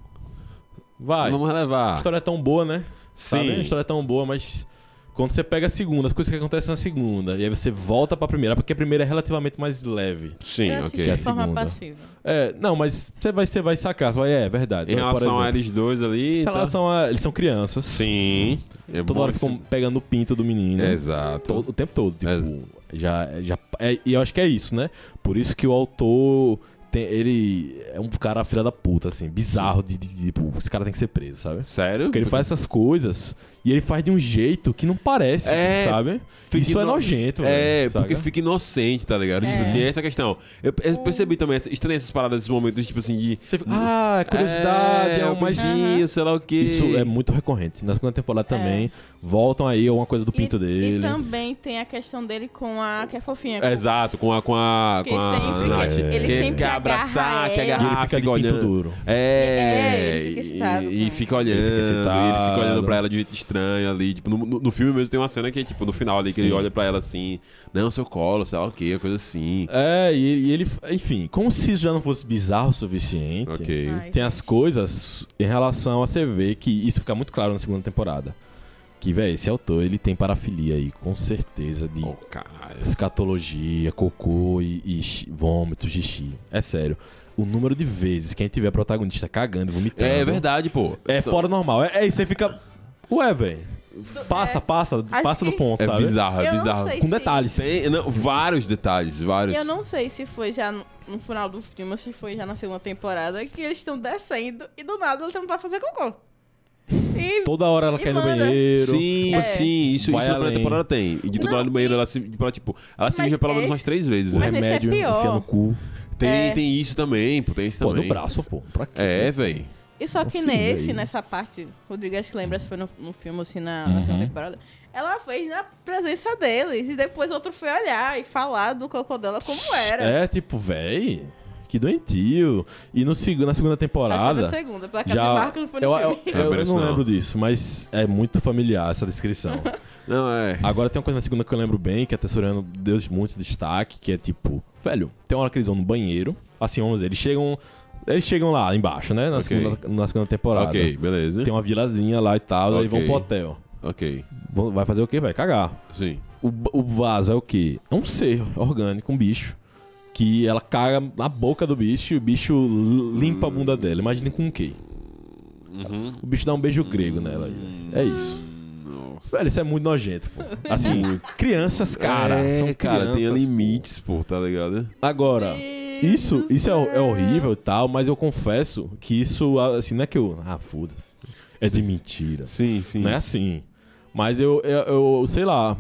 vai.
Vamos
A
levar.
história é tão boa, né? Sabe?
Sim.
A história é tão boa, mas... Quando você pega a segunda, as coisas que acontecem na segunda, e aí você volta pra primeira, porque a primeira é relativamente mais leve.
Sim,
Eu assisti
ok.
é a
de forma
segunda.
passiva.
É, não, mas você vai, você vai sacar, você vai, é, é verdade.
Em
Por
relação a
exemplo,
eles dois ali.
em
tá-
relação a. Eles são crianças.
Sim. É
Toda
bom
hora
esse-
ficam pegando o pinto do menino.
né? Exato.
Todo- o tempo todo, tipo.
Ex-
é Já, já, é- e eu acho que é isso, né? Por isso que o autor tem, ele é um cara filha da puta, assim, bizarro, de, de- de, tipo, esse cara tem que ser preso, sabe?
Sério?
Porque ele faz essas coisas e ele faz de um jeito que não parece,
É,
sabe?
Fica
Isso é
ino-
nojento,
É,
velho,
porque
saca?
fica inocente, tá ligado? Tipo
É.
assim, essa é a questão. Eu, eu percebi também, essa- estranho essas paradas, esses momentos, tipo assim, de.
Você fica, ah, é curiosidade, é,
um
um mais...
beijinho, sei lá o quê.
Isso é muito recorrente. Na segunda temporada também, voltam aí alguma coisa do pinto
É. e,
dele.
E também tem a questão dele com a que é fofinha. com-
Exato, com a. Com a,
Que
com a
sempre
Nath.
quer- ele
Que
sempre
quer abraçar,
agarra
quer
E
ela.
ele
agarrar,
fica de
Ah, fica
pinto
olhando.
duro.
É,
É, ele fica excitado
e-
com
E,
isso.
fica olhando,
Ele
ele
fica
fica,
excitado.
olhando pra ela de um jeito estranho ali. Tipo, no, no- no filme mesmo tem uma cena que, tipo, no final ali, que
Sim.
ele olha pra ela assim, não, seu colo, sei lá o quê, coisa assim.
É, e, e ele, enfim, como se isso já não fosse bizarro o suficiente,
Ok.
Ai,
tem as coisas em relação a você ver que isso fica muito claro na segunda temporada. Que, velho, esse autor, ele tem parafilia aí, com certeza, de
Oh, caralho.
escatologia, cocô e, e xi- vômito, xixi. É sério. O número de vezes que a gente vê a protagonista cagando, e vomitando.
É verdade, pô.
Tá, É
Só-
fora normal. É, é isso, você fica. Ué, velho. Passa, passa, passa do
É, que-
ponto,
É
sabe?
bizarro, é
Eu não
bizarro.
sei.
Com detalhes.
Tem, não, vários detalhes, vários.
Eu não sei se foi já no no final do filme ou se foi já na segunda temporada que eles estão descendo e do nada ela tá pra fazer cocô. E
Toda hora ela
E
quer ir no
manda.
banheiro.
Sim,
É.
sim, isso,
Vai
isso na primeira
além.
temporada tem. E de tudo
Não,
lá no banheiro,
e-
ela se. Ela, tipo, ela se
Mas
mija pelo menos
esse-
umas três vezes,
O
Mas
velho.
esse é
remédio,
pior.
enfia no cu.
Tem,
é.
tem isso também, pô, tem isso
Pô,
também.
no braço, pô. Pra quê?
É, velho.
E só que
Assim,
nesse,
velho.
nessa parte, Rodrigo, acho que lembra se foi no, no filme, assim, na,
Uhum.
na segunda temporada. Ela fez na presença deles. E depois outro foi olhar e falar do cocô dela como era.
É, tipo, véi. Que doentio. E no, seg- na segunda
acho que foi
temporada.
na segunda, pela Capitã
Já.
Marco não foi
eu,
no
eu-
filme.
eu
Lembra isso,
não
não.
lembro disso, mas é muito familiar essa descrição.
Não, é.
Agora tem uma coisa na segunda que eu lembro bem, que é a Tessurano deu muito destaque, que é tipo, velho, tem uma hora que eles vão no banheiro, assim, vamos dizer, eles chegam. Eles chegam lá embaixo, né? Na,
Ok.
segunda, na segunda temporada.
Ok, beleza.
Tem uma vilazinha lá e tal, aí
Ok.
vão pro hotel.
Ok,
Vão- Vai fazer o quê? Vai cagar.
sim.
O, ba- o vaso é o quê? É um ser orgânico, um bicho. Que ela caga na boca do bicho e o bicho l- limpa a bunda dela. Imagine com o quê?
Uhum.
O bicho dá um beijo grego nela. aí. É isso.
Nossa.
Velho, isso é muito nojento, pô. Assim, crianças, cara.
É,
são
cara, tem
crianças,
limites, pô, tá ligado?
pô. Agora, isso,
do
isso é, ho- é
céu.
horrível e tal, mas eu confesso que isso, assim, não é que eu. Ah, foda-se. É de mentira.
Sim, sim.
Não é assim. Mas eu, eu, eu sei lá.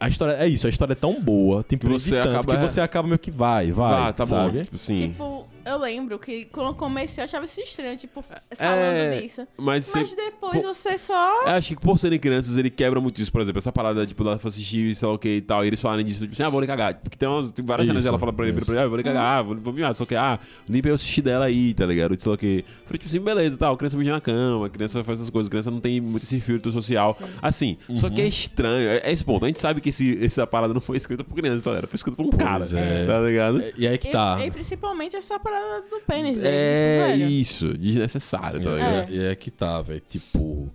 A história é isso, a história é tão boa, tem por
Você
você tanto
acaba-
que você acaba meio que vai, vai,
Ah, tá
sabe?
bom. Tipo, sim.
Tipo, eu lembro que quando eu comecei eu achava isso estranho, tipo, f-
É,
falando disso.
Mas você.
Mas depois
pô-
você só.
É
Eu É, acho que por serem crianças, ele quebra muito isso, por exemplo. Essa parada, tipo, ela foi assistir, sei lá o que e tal, e eles falarem disso, tipo assim, ah, vou lhe cagar. Porque tem, umas, tem várias cenas
Isso,
dela falando pra ele,
isso.
pra ele, ah, vou lhe cagar, vou, vou mijar, só que, ah, limpa aí o xixi dela aí, tá ligado? E Sei lá o que. Falei, tipo assim, beleza, tal, criança mija na cama, criança faz essas coisas, criança não tem muito esse filtro social. Assim, só
Uhum.
que é estranho, é, é esse ponto. A gente sabe que esse, essa parada não foi escrita por criança, galera, foi escrita por um cara,
é.
tá ligado?
E aí que
E,
tá.
e principalmente essa parada do pênis dele.
É
tipo, velho.
isso, desnecessário,
É.
tá ligado?
E, e aí que tá, velho. Tipo.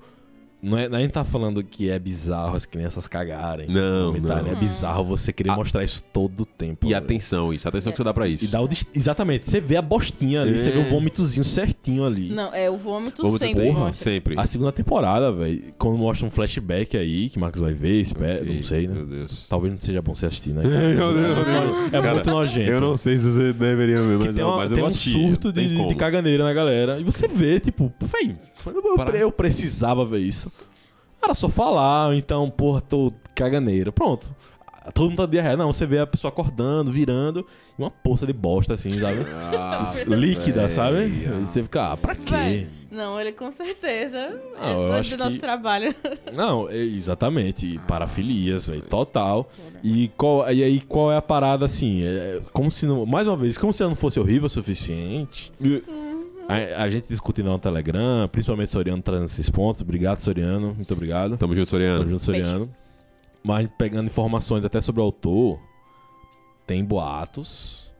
Não é, não é a gente tá falando que é bizarro as crianças cagarem.
Não,
vomitarem,
não.
É bizarro você querer
A-
mostrar isso todo o tempo.
E
velho.
atenção, isso, atenção que você dá pra isso.
E dá um o dest- Exatamente. Você vê a bostinha ali,
É.
você vê o vômitozinho certinho ali.
Não, é o vômito,
Vamos
sempre.
porra,
mostra.
sempre.
A segunda temporada, velho, quando mostra um flashback aí, que Marcos vai ver, espera,
Ok,
não sei, né?
Meu Deus.
Talvez não seja bom você assistir, né?
Meu Deus, meu Deus.
É muito nojento.
Eu não sei se você deveria ver,
Que
mas,
tem
eu-
uma-
mas eu
tem um
vou assistir.
surto
não tem
de,
como.
de caganeira na galera. E você vê, tipo, véi, quando eu,
Para.
eu precisava ver isso. Era só falar, ou então, porra, tô caganeira. Pronto. Todo mundo tá de diarreia. Não, você vê a pessoa acordando, virando, e uma poça de bosta, assim, sabe?
Ah,
Líquida,
véi.
sabe? E você fica, ah, pra quê?
Velho, Não, ele com certeza.
Ah,
é
eu
do-
acho
do
que-
nosso trabalho.
Não, é- exatamente. e Parafilias, velho. Total. E, qual, e aí, qual é a parada assim? É, é como se não. Mais uma vez, como se ela não fosse horrível o suficiente. A, a gente discutindo lá no Telegram, principalmente Soriano trazendo esses pontos. Obrigado, Soriano. Muito obrigado.
Tamo junto,
Tamo
Soriano.
junto, Soriano. Mas pegando informações até sobre o autor, tem boatos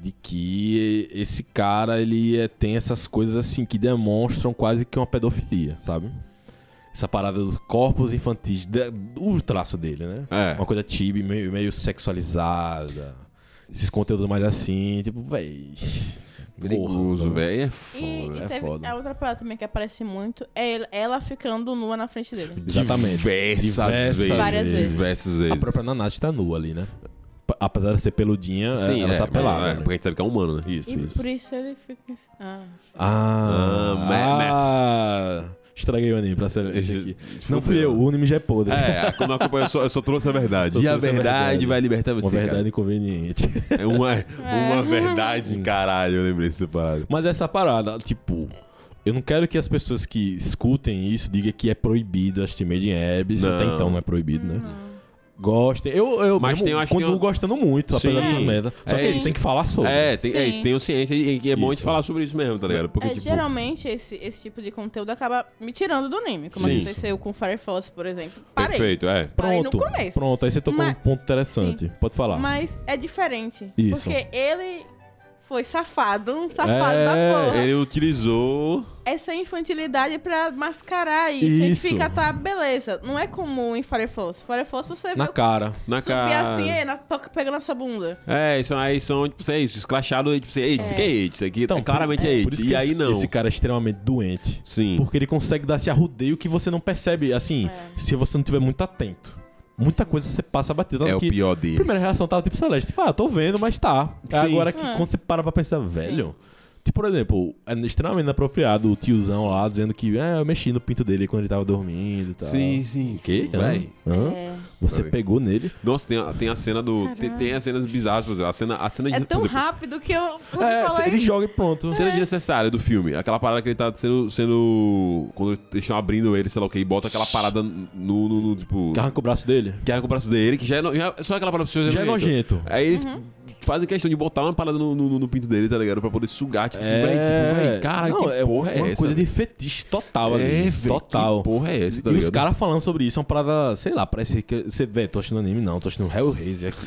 de que esse cara ele é- tem essas coisas assim que demonstram quase que uma pedofilia, sabe? Essa parada dos corpos infantis, de- o traço dele, né?
É.
Uma coisa tibi, meio, meio sexualizada. Esses conteúdos mais assim, tipo, véi.
Perigoso,
gordo.
velho. É
E,
foda.
é
e teve
foda.
a outra parada também que aparece muito é ele- ela ficando nua na frente dele.
Exatamente.
Diversas,
Diversas
vezes.
Várias vezes.
Diversas vezes.
A própria Nanate tá nua ali, né? Pa- apesar de ser peludinha,
Sim,
ela
é,
tá
mas-
pelada.
é, porque a gente sabe que é humano, né?
Isso,
E
isso.
por isso ele fica assim. Ah,
Ah,
Ah, ma-
ah, estraguei o anime pra ser esse aqui. Não fui
Fudeu.
eu, o anime já é podre.
É, como acompanha, eu só, eu só trouxe a verdade.
Só
e a
trouxe a
verdade,
verdade.
vai libertar
Uma
você,
verdade inconveniente.
cara. É uma, uma verdade, caralho. Eu lembrei dessa parada.
Mas essa parada, tipo, eu não quero que as pessoas que escutem isso digam que é proibido assistir Made in Abyss.
Não.
Até então não é proibido, né? Gostem. Eu, eu
Mas
mesmo
tem- eu acho que
continuo
tem uma-
gostando muito,
Sim.
apesar dessas merdas. Só
É
que a gente
isso.
tem que falar sobre.
É, tem, é
Sim.
isso, tem o ciência e, e é bom de
Isso.
falar sobre isso mesmo, tá ligado? Porque,
É,
tipo,
geralmente esse, esse tipo de conteúdo acaba me tirando do anime. Como
Sim.
aconteceu com Fire Force, por exemplo. Parei.
perfeito, é.
Parei no
Pronto.
começo.
Pronto, aí você tocou
Mas-
um ponto interessante. Pode falar.
Mas é diferente.
Isso.
Porque ele foi safado, um safado da
É,
porra.
Ele utilizou.
Essa infantilidade pra mascarar isso.
Isso.
E fica, tá, beleza. Não é comum em Fire Force. Fire Force você
Na
vê o
cara.
Na
subir
cara.
assim, é, na, toca pegando na sua bunda.
É, isso aí são, tipo, isso é isso, escrachado, tipo, isso é AIDS, isso aqui é AIDS, isso aqui é, claramente é
Então, Por isso
AIDS.
que
E aí
esse,
não.
Esse cara tá é extremamente doente.
Sim.
Porque ele consegue dar esse arrudeio que você não percebe, assim, se você não tiver muito atento. Muita coisa você passa a bater. tanto
É o
que
pior
a
deles.
Primeira reação tava tipo Celeste. Tipo, ah, tô vendo, mas tá. É
Sim.
agora que
É.
quando você para pra pensar, velho. Tipo, por exemplo, é extremamente inapropriado o tiozão lá dizendo que é, eu mexi no pinto dele quando ele tava dormindo e tal.
Sim, sim.
Que?
Véi.
Hã? Hã? Você
Foi.
pegou nele.
Nossa, tem a, tem a cena do. Tem, tem as cenas bizarras, por exemplo. A cena, a cena de.
É tão né?
por exemplo,
rápido que eu. quando eu
É,
falei,
ele joga e pronto.
Cena desnecessária do filme. Aquela parada que ele tá sendo. sendo quando eles estão abrindo ele, sei lá o que, e bota aquela parada no. no, no, tipo.
Arranca o braço dele.
Que arranca o braço dele, que já é. no- já- só aquela parada pra você
Já é nojento.
Aí eles fazem questão de botar uma parada no, no, no pinto dele, tá ligado? Pra poder sugar, tipo assim, véi, tipo, véi, cara,
É. Não,
que
é
porra é
uma
essa?
coisa de fetiche total ali.
É, velho,
total.
que porra é essa, tá
E os
ligado?
caras falando sobre isso é uma parada, sei lá, parece que. Você, velho, tô achando anime, não, tô achando Hellraiser aqui.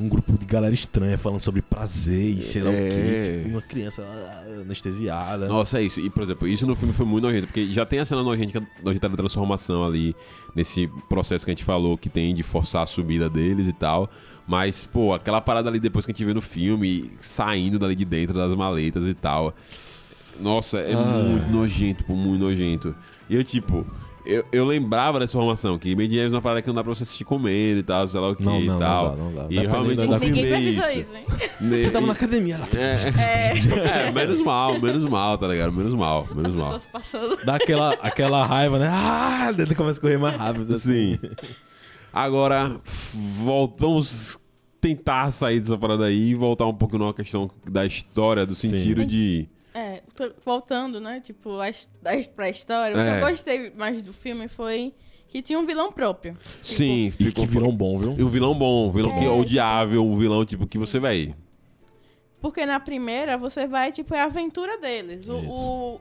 Um grupo de galera estranha falando sobre prazer e sei lá o
É.
quê. Tipo, uma criança ah, anestesiada.
Nossa, é isso. E, por exemplo, isso no filme foi muito nojento, porque já tem a cena nojenta, nojenta da transformação ali, nesse processo que a gente falou, que tem de forçar a subida deles e tal. Mas, pô, aquela parada ali depois que a gente vê no filme, saindo dali de dentro das maletas e tal. Nossa,
Ah.
é muito nojento, pô, muito nojento. E eu, tipo, eu, eu lembrava dessa formação, que Made in Abyss é uma parada que não dá pra você assistir comendo e tal, sei lá o que
Não,
e
não, não
tal.
dá, não dá.
E
Dependendo
realmente
da
eu
vida.
fui
Ninguém
ver
precisou
isso.
isso, hein?
Ne-
Você tava na academia lá.
É, menos mal, menos mal, tá ligado? Menos mal, menos mal.
Pessoas passando.
Dá aquela, aquela raiva, né? Ah, ele começa a correr mais rápido. assim.
Sim. Agora, voltamos tentar sair dessa parada aí e voltar um pouco numa questão da história, do sentido de.
É, tô voltando, né? Tipo, as, as, pra história. O
É.
que eu gostei mais do filme foi que tinha um vilão próprio.
Sim,
E que virou um bom, viu?
E o vilão bom, o vilão que é odiável, um vilão tipo que você vai.
Porque na primeira você vai, tipo, é a aventura deles. O,
Isso.
o,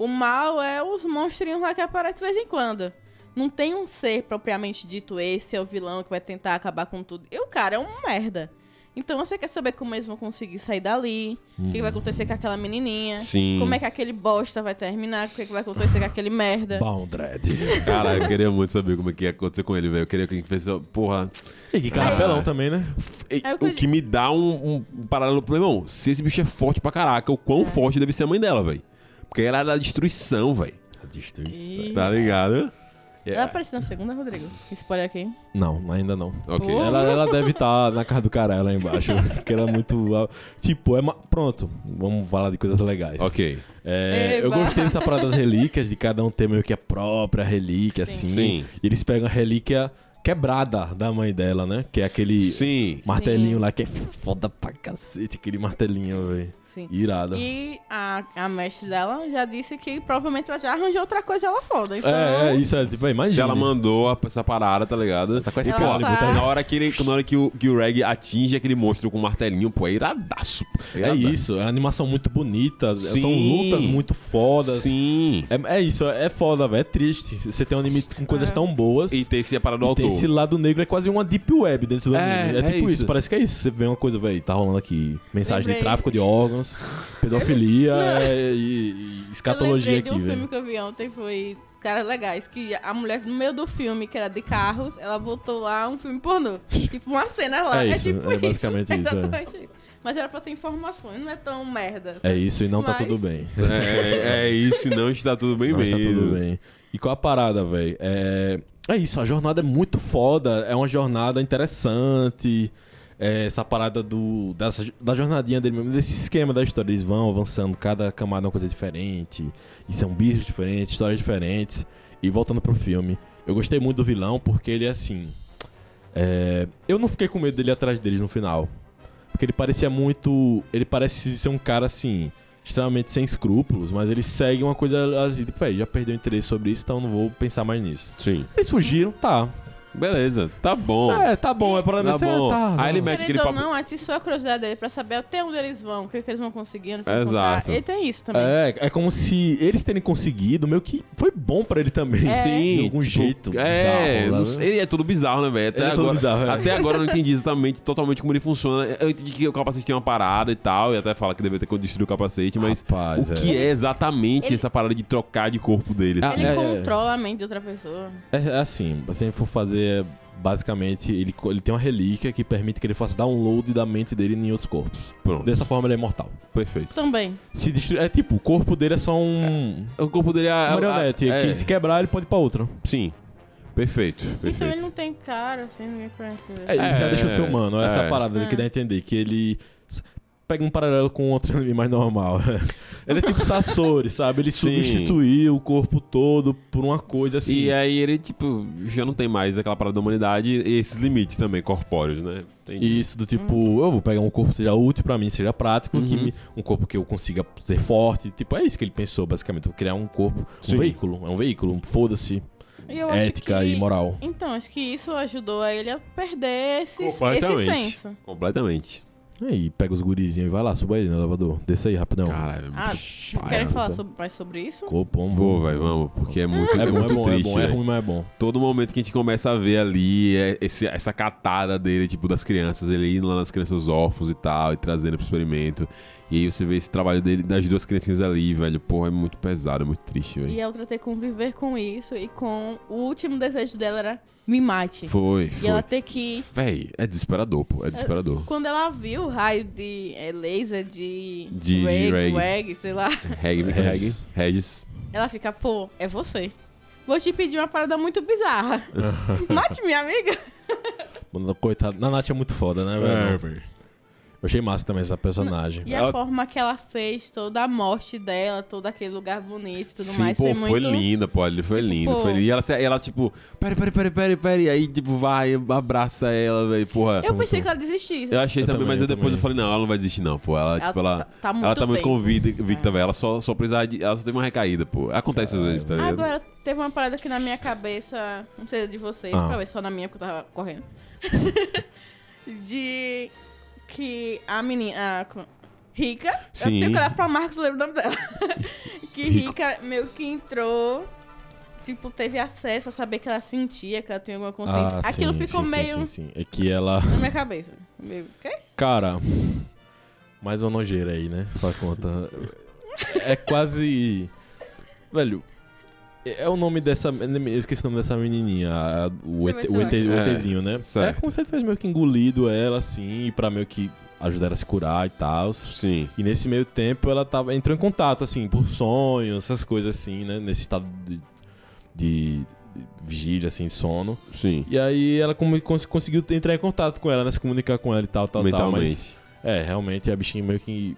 o mal é os monstrinhos lá que aparecem de vez em quando. Não tem um ser propriamente dito, esse é o vilão que vai tentar acabar com tudo. E o cara é um merda. Então você quer saber como eles vão conseguir sair dali, o que, que
Uhum.
vai acontecer com aquela menininha,
Sim.
como é que aquele bosta vai terminar, o que, que vai acontecer com aquele merda.
Bom, Dredd.
Cara, eu queria muito saber como é que ia acontecer com ele, velho. Eu queria que ele fez. Porra.
E que cara
Ah.
pelão também, né?
E-
É o que
o
eu
que me dá um, um paralelo pro meu irmão. Se esse bicho é forte pra caraca, o
É.
quão forte deve ser a mãe dela, velho. Porque ela era da destruição, velho.
A destruição. É.
E-
Tá ligado?
Ela aparece na segunda, Rodrigo? Spoiler aqui.
Não, ainda não.
Ok.
Pô.
Ela, ela deve estar na casa do caralho lá embaixo. Porque ela é muito. ah, Tipo, é. ma- Pronto, vamos falar de coisas legais.
Ok.
É, eu
Eba.
gostei dessa parada das relíquias, de cada um ter meio que a própria relíquia, assim.
Sim.
E eles pegam a relíquia quebrada da mãe dela, né? Que é aquele
Sim.
martelinho
Sim.
lá que é foda pra cacete, aquele martelinho, velho.
Sim.
Irado.
E a, a mestre dela já disse que provavelmente ela já arranjou outra coisa ela foda. Então,
É, é, isso, é, tipo, imagina.
Se ela mandou a- essa parada, tá ligado?
Tá com
E,
esse
pô,
calibre, tá?
Na hora, que, ele, na hora que, o, que o Reg atinge aquele monstro com o martelinho, pô, é iradaço. pô.
É
Iradaço.
isso, é uma animação muito bonita, são
Sim.
lutas muito fodas.
Sim.
É, é isso, é foda, velho. É triste. Você tem um anime com
É.
coisas tão boas.
E tem esse é parada do
e tem
autor.
esse lado negro, é quase uma deep web dentro do
É,
anime. É,
é
tipo isso.
isso.
parece que é isso. Você vê uma coisa, velho, tá rolando aqui mensagem de
Lembrei.
tráfico de órgãos, pedofilia é, e, e escatologia
eu lembrei de um
aqui,
filme
velho.
que eu vi ontem, foi Caras Legais, que a mulher, no meio do filme, que era de carros, ela botou lá um filme pornô. tipo, uma cena lá.
É
É,
isso,
tipo
é basicamente isso, é.
Exatamente isso. Mas era pra ter informações, não é tão merda.
É isso e não tá
Mas-
tudo bem.
É, é isso, não está tudo bem
Não
mesmo.
tá tudo bem. E qual a parada, velho? É... é isso, a jornada é muito foda, é uma jornada interessante. é, essa parada do, dessa, da jornadinha dele mesmo, desse esquema da história. Eles vão avançando, cada camada é uma coisa diferente, e são bichos diferentes, histórias diferentes. E voltando pro filme, eu gostei muito do vilão porque ele é assim. é, eu não fiquei com medo dele atrás deles no final. Porque ele parecia muito. Ele parece ser um cara assim. Extremamente sem escrúpulos, mas ele segue uma coisa assim, tipo, "Véi, já perdeu interesse sobre isso, então eu não vou pensar mais nisso.
Sim.
Eles fugiram, tá.
Beleza, tá bom.
É, tá bom, é problema
Tá
seu,
bom.
tá.
Aí ele mete aquele
Querendo ou
papo.
não, atiçou a curiosidade dele pra saber até onde eles vão, o que, que eles vão conseguir, onde vão
Exato.
encontrar. Ele tem isso também.
É, é como se eles terem conseguido, meio que foi bom pra ele também.
Sim,
de algum
tipo,
jeito.
É,
bizarro,
não
né?
sei, ele é tudo bizarro, né, velho? Até,
Ele é todo
agora-
bizarro, é.
até agora eu não entendi exatamente totalmente como ele funciona. Eu entendi que o capacete tem uma parada e tal, e até fala que deveria ter destruído o capacete, mas
Rapaz,
o
é.
que é exatamente
Ele-
essa parada de trocar de corpo dele?
Ah,
assim?
Ele
é, é.
controla a mente de outra pessoa.
É, é assim, se a gente for fazer, basicamente, ele, co- ele tem uma relíquia que permite que ele faça download da mente dele em outros corpos.
Pronto,
Dessa forma ele é imortal.
perfeito.
Também.
Se destru... É tipo, o corpo dele é só um
O corpo dele é. é-
marionete.
é-
que se quebrar, ele pode ir pra outra.
Sim. Perfeito,
Então ele
perfeito.
não tem cara, assim, ninguém conhece ele.
É, ele já
É,
deixou de ser humano. Essa
é.
parada que dá a entender, que ele s- pega um paralelo com outro anime mais normal. ele é tipo Sassori, sabe? Ele
Sim.
substituiu o corpo todo por uma coisa assim.
E aí ele, tipo, já não tem mais aquela parada da humanidade e esses limites também corpóreos, né? Entendi.
Isso, do tipo,
Uhum.
eu vou pegar um corpo que seja útil pra mim, seja prático, que me- um corpo que eu consiga ser forte. Tipo, é isso que ele pensou, basicamente. Eu Vou criar um corpo,
Sim.
um veículo. É um veículo, um foda-se.
É
E eu acho
Ética
que-
e moral.
Então, acho que isso ajudou a ele a perder esse, esse
Completamente.
senso.
Completamente.
Aí pega os gurizinhos e vai lá, suba aí no elevador. Desce aí rapidão.
Caralho,
Ah,
bicho,
Querem
pai.
falar sobre- mais sobre isso?
Corpo, vamos.
Pô, velho, vamos, porque é muito,
É bom, é
muito
bom,
triste.
é bom. É
velho.
ruim, mas é bom.
Todo momento que a gente começa a ver ali é esse- essa catada dele, tipo, das crianças, ele indo lá nas crianças órfãos e tal, e trazendo pro experimento. E aí você vê esse trabalho dele das duas criancinhas ali, velho. Porra, é muito pesado, é muito triste, velho.
E ela ter que conviver com isso e com o último desejo dela era me mate.
Foi,
E
foi.
ela ter que.
Véi, é desesperador, pô. É desesperador.
Quando ela viu o raio de é, laser de.
De- de
reg,
reg.
reg, sei lá.
Reg, Regis.
Regis.
Regis.
Ela fica, pô, é você. Vou te pedir uma parada muito bizarra. Mate minha amiga.
Mano, Coitado. Nanate é muito foda, né,
É,
velho? Eu achei massa também essa personagem.
E a forma que ela fez, toda a morte dela, todo aquele lugar bonito e tudo
Sim,
mais,
pô,
foi
foi,
muito.
linda, pô. Ele foi
Tipo,
lindo,
pô.
foi lindo. E ela, se- ela, tipo, pera, pera, pera, pera, pera. E aí, tipo, vai, abraça ela, velho, porra.
Eu pensei que ela desistisse.
Eu achei
Eu
também,
também,
mas eu
eu
depois
também.
eu falei, não, ela não vai desistir, não, pô. Ela,
Ela
tipo, ela.
tá- tá muito
ela tá muito
bem.
convicta, convicta, velho. Ela só, só precisava de. Ela só teve uma recaída, pô. Acontece às vezes, tá ligado?
Agora, teve uma parada que na minha cabeça, não sei de vocês,
Ah.
talvez só na minha, porque eu tava correndo. de que a menina. a co- rica.
Sim.
Eu tenho que olhar pra Marcos, eu lembro o nome dela. que
Rico.
Rica meio que entrou. Tipo, teve acesso a saber que ela sentia, que ela tinha alguma consciência.
Ah,
Aquilo
sim,
ficou
sim, sim,
meio
Sim, sim, É que ela.
na minha cabeça. Meio, "Quê?"
Cara, mais uma nojeira aí, né? Pra conta. É quase. Velho. É o nome dessa. Eu esqueci o nome dessa menininha. a- O,
Deixa eu ver
ET,
se
o, ET,
eu
o
acho.
ETzinho, né?
certo.
É como se ele fez meio que engolido ela, assim, pra meio que ajudar ela a se curar e tal.
Sim.
E nesse meio tempo ela tava, entrou em contato, assim, por sonhos, essas coisas assim, né? Nesse estado de, de- de vigília, assim, de sono.
Sim.
E aí ela como- cons- conseguiu entrar em contato com ela, né? Se comunicar com ela e tal, tal, tal. Mas,
mentalmente.
é, realmente a bichinha meio que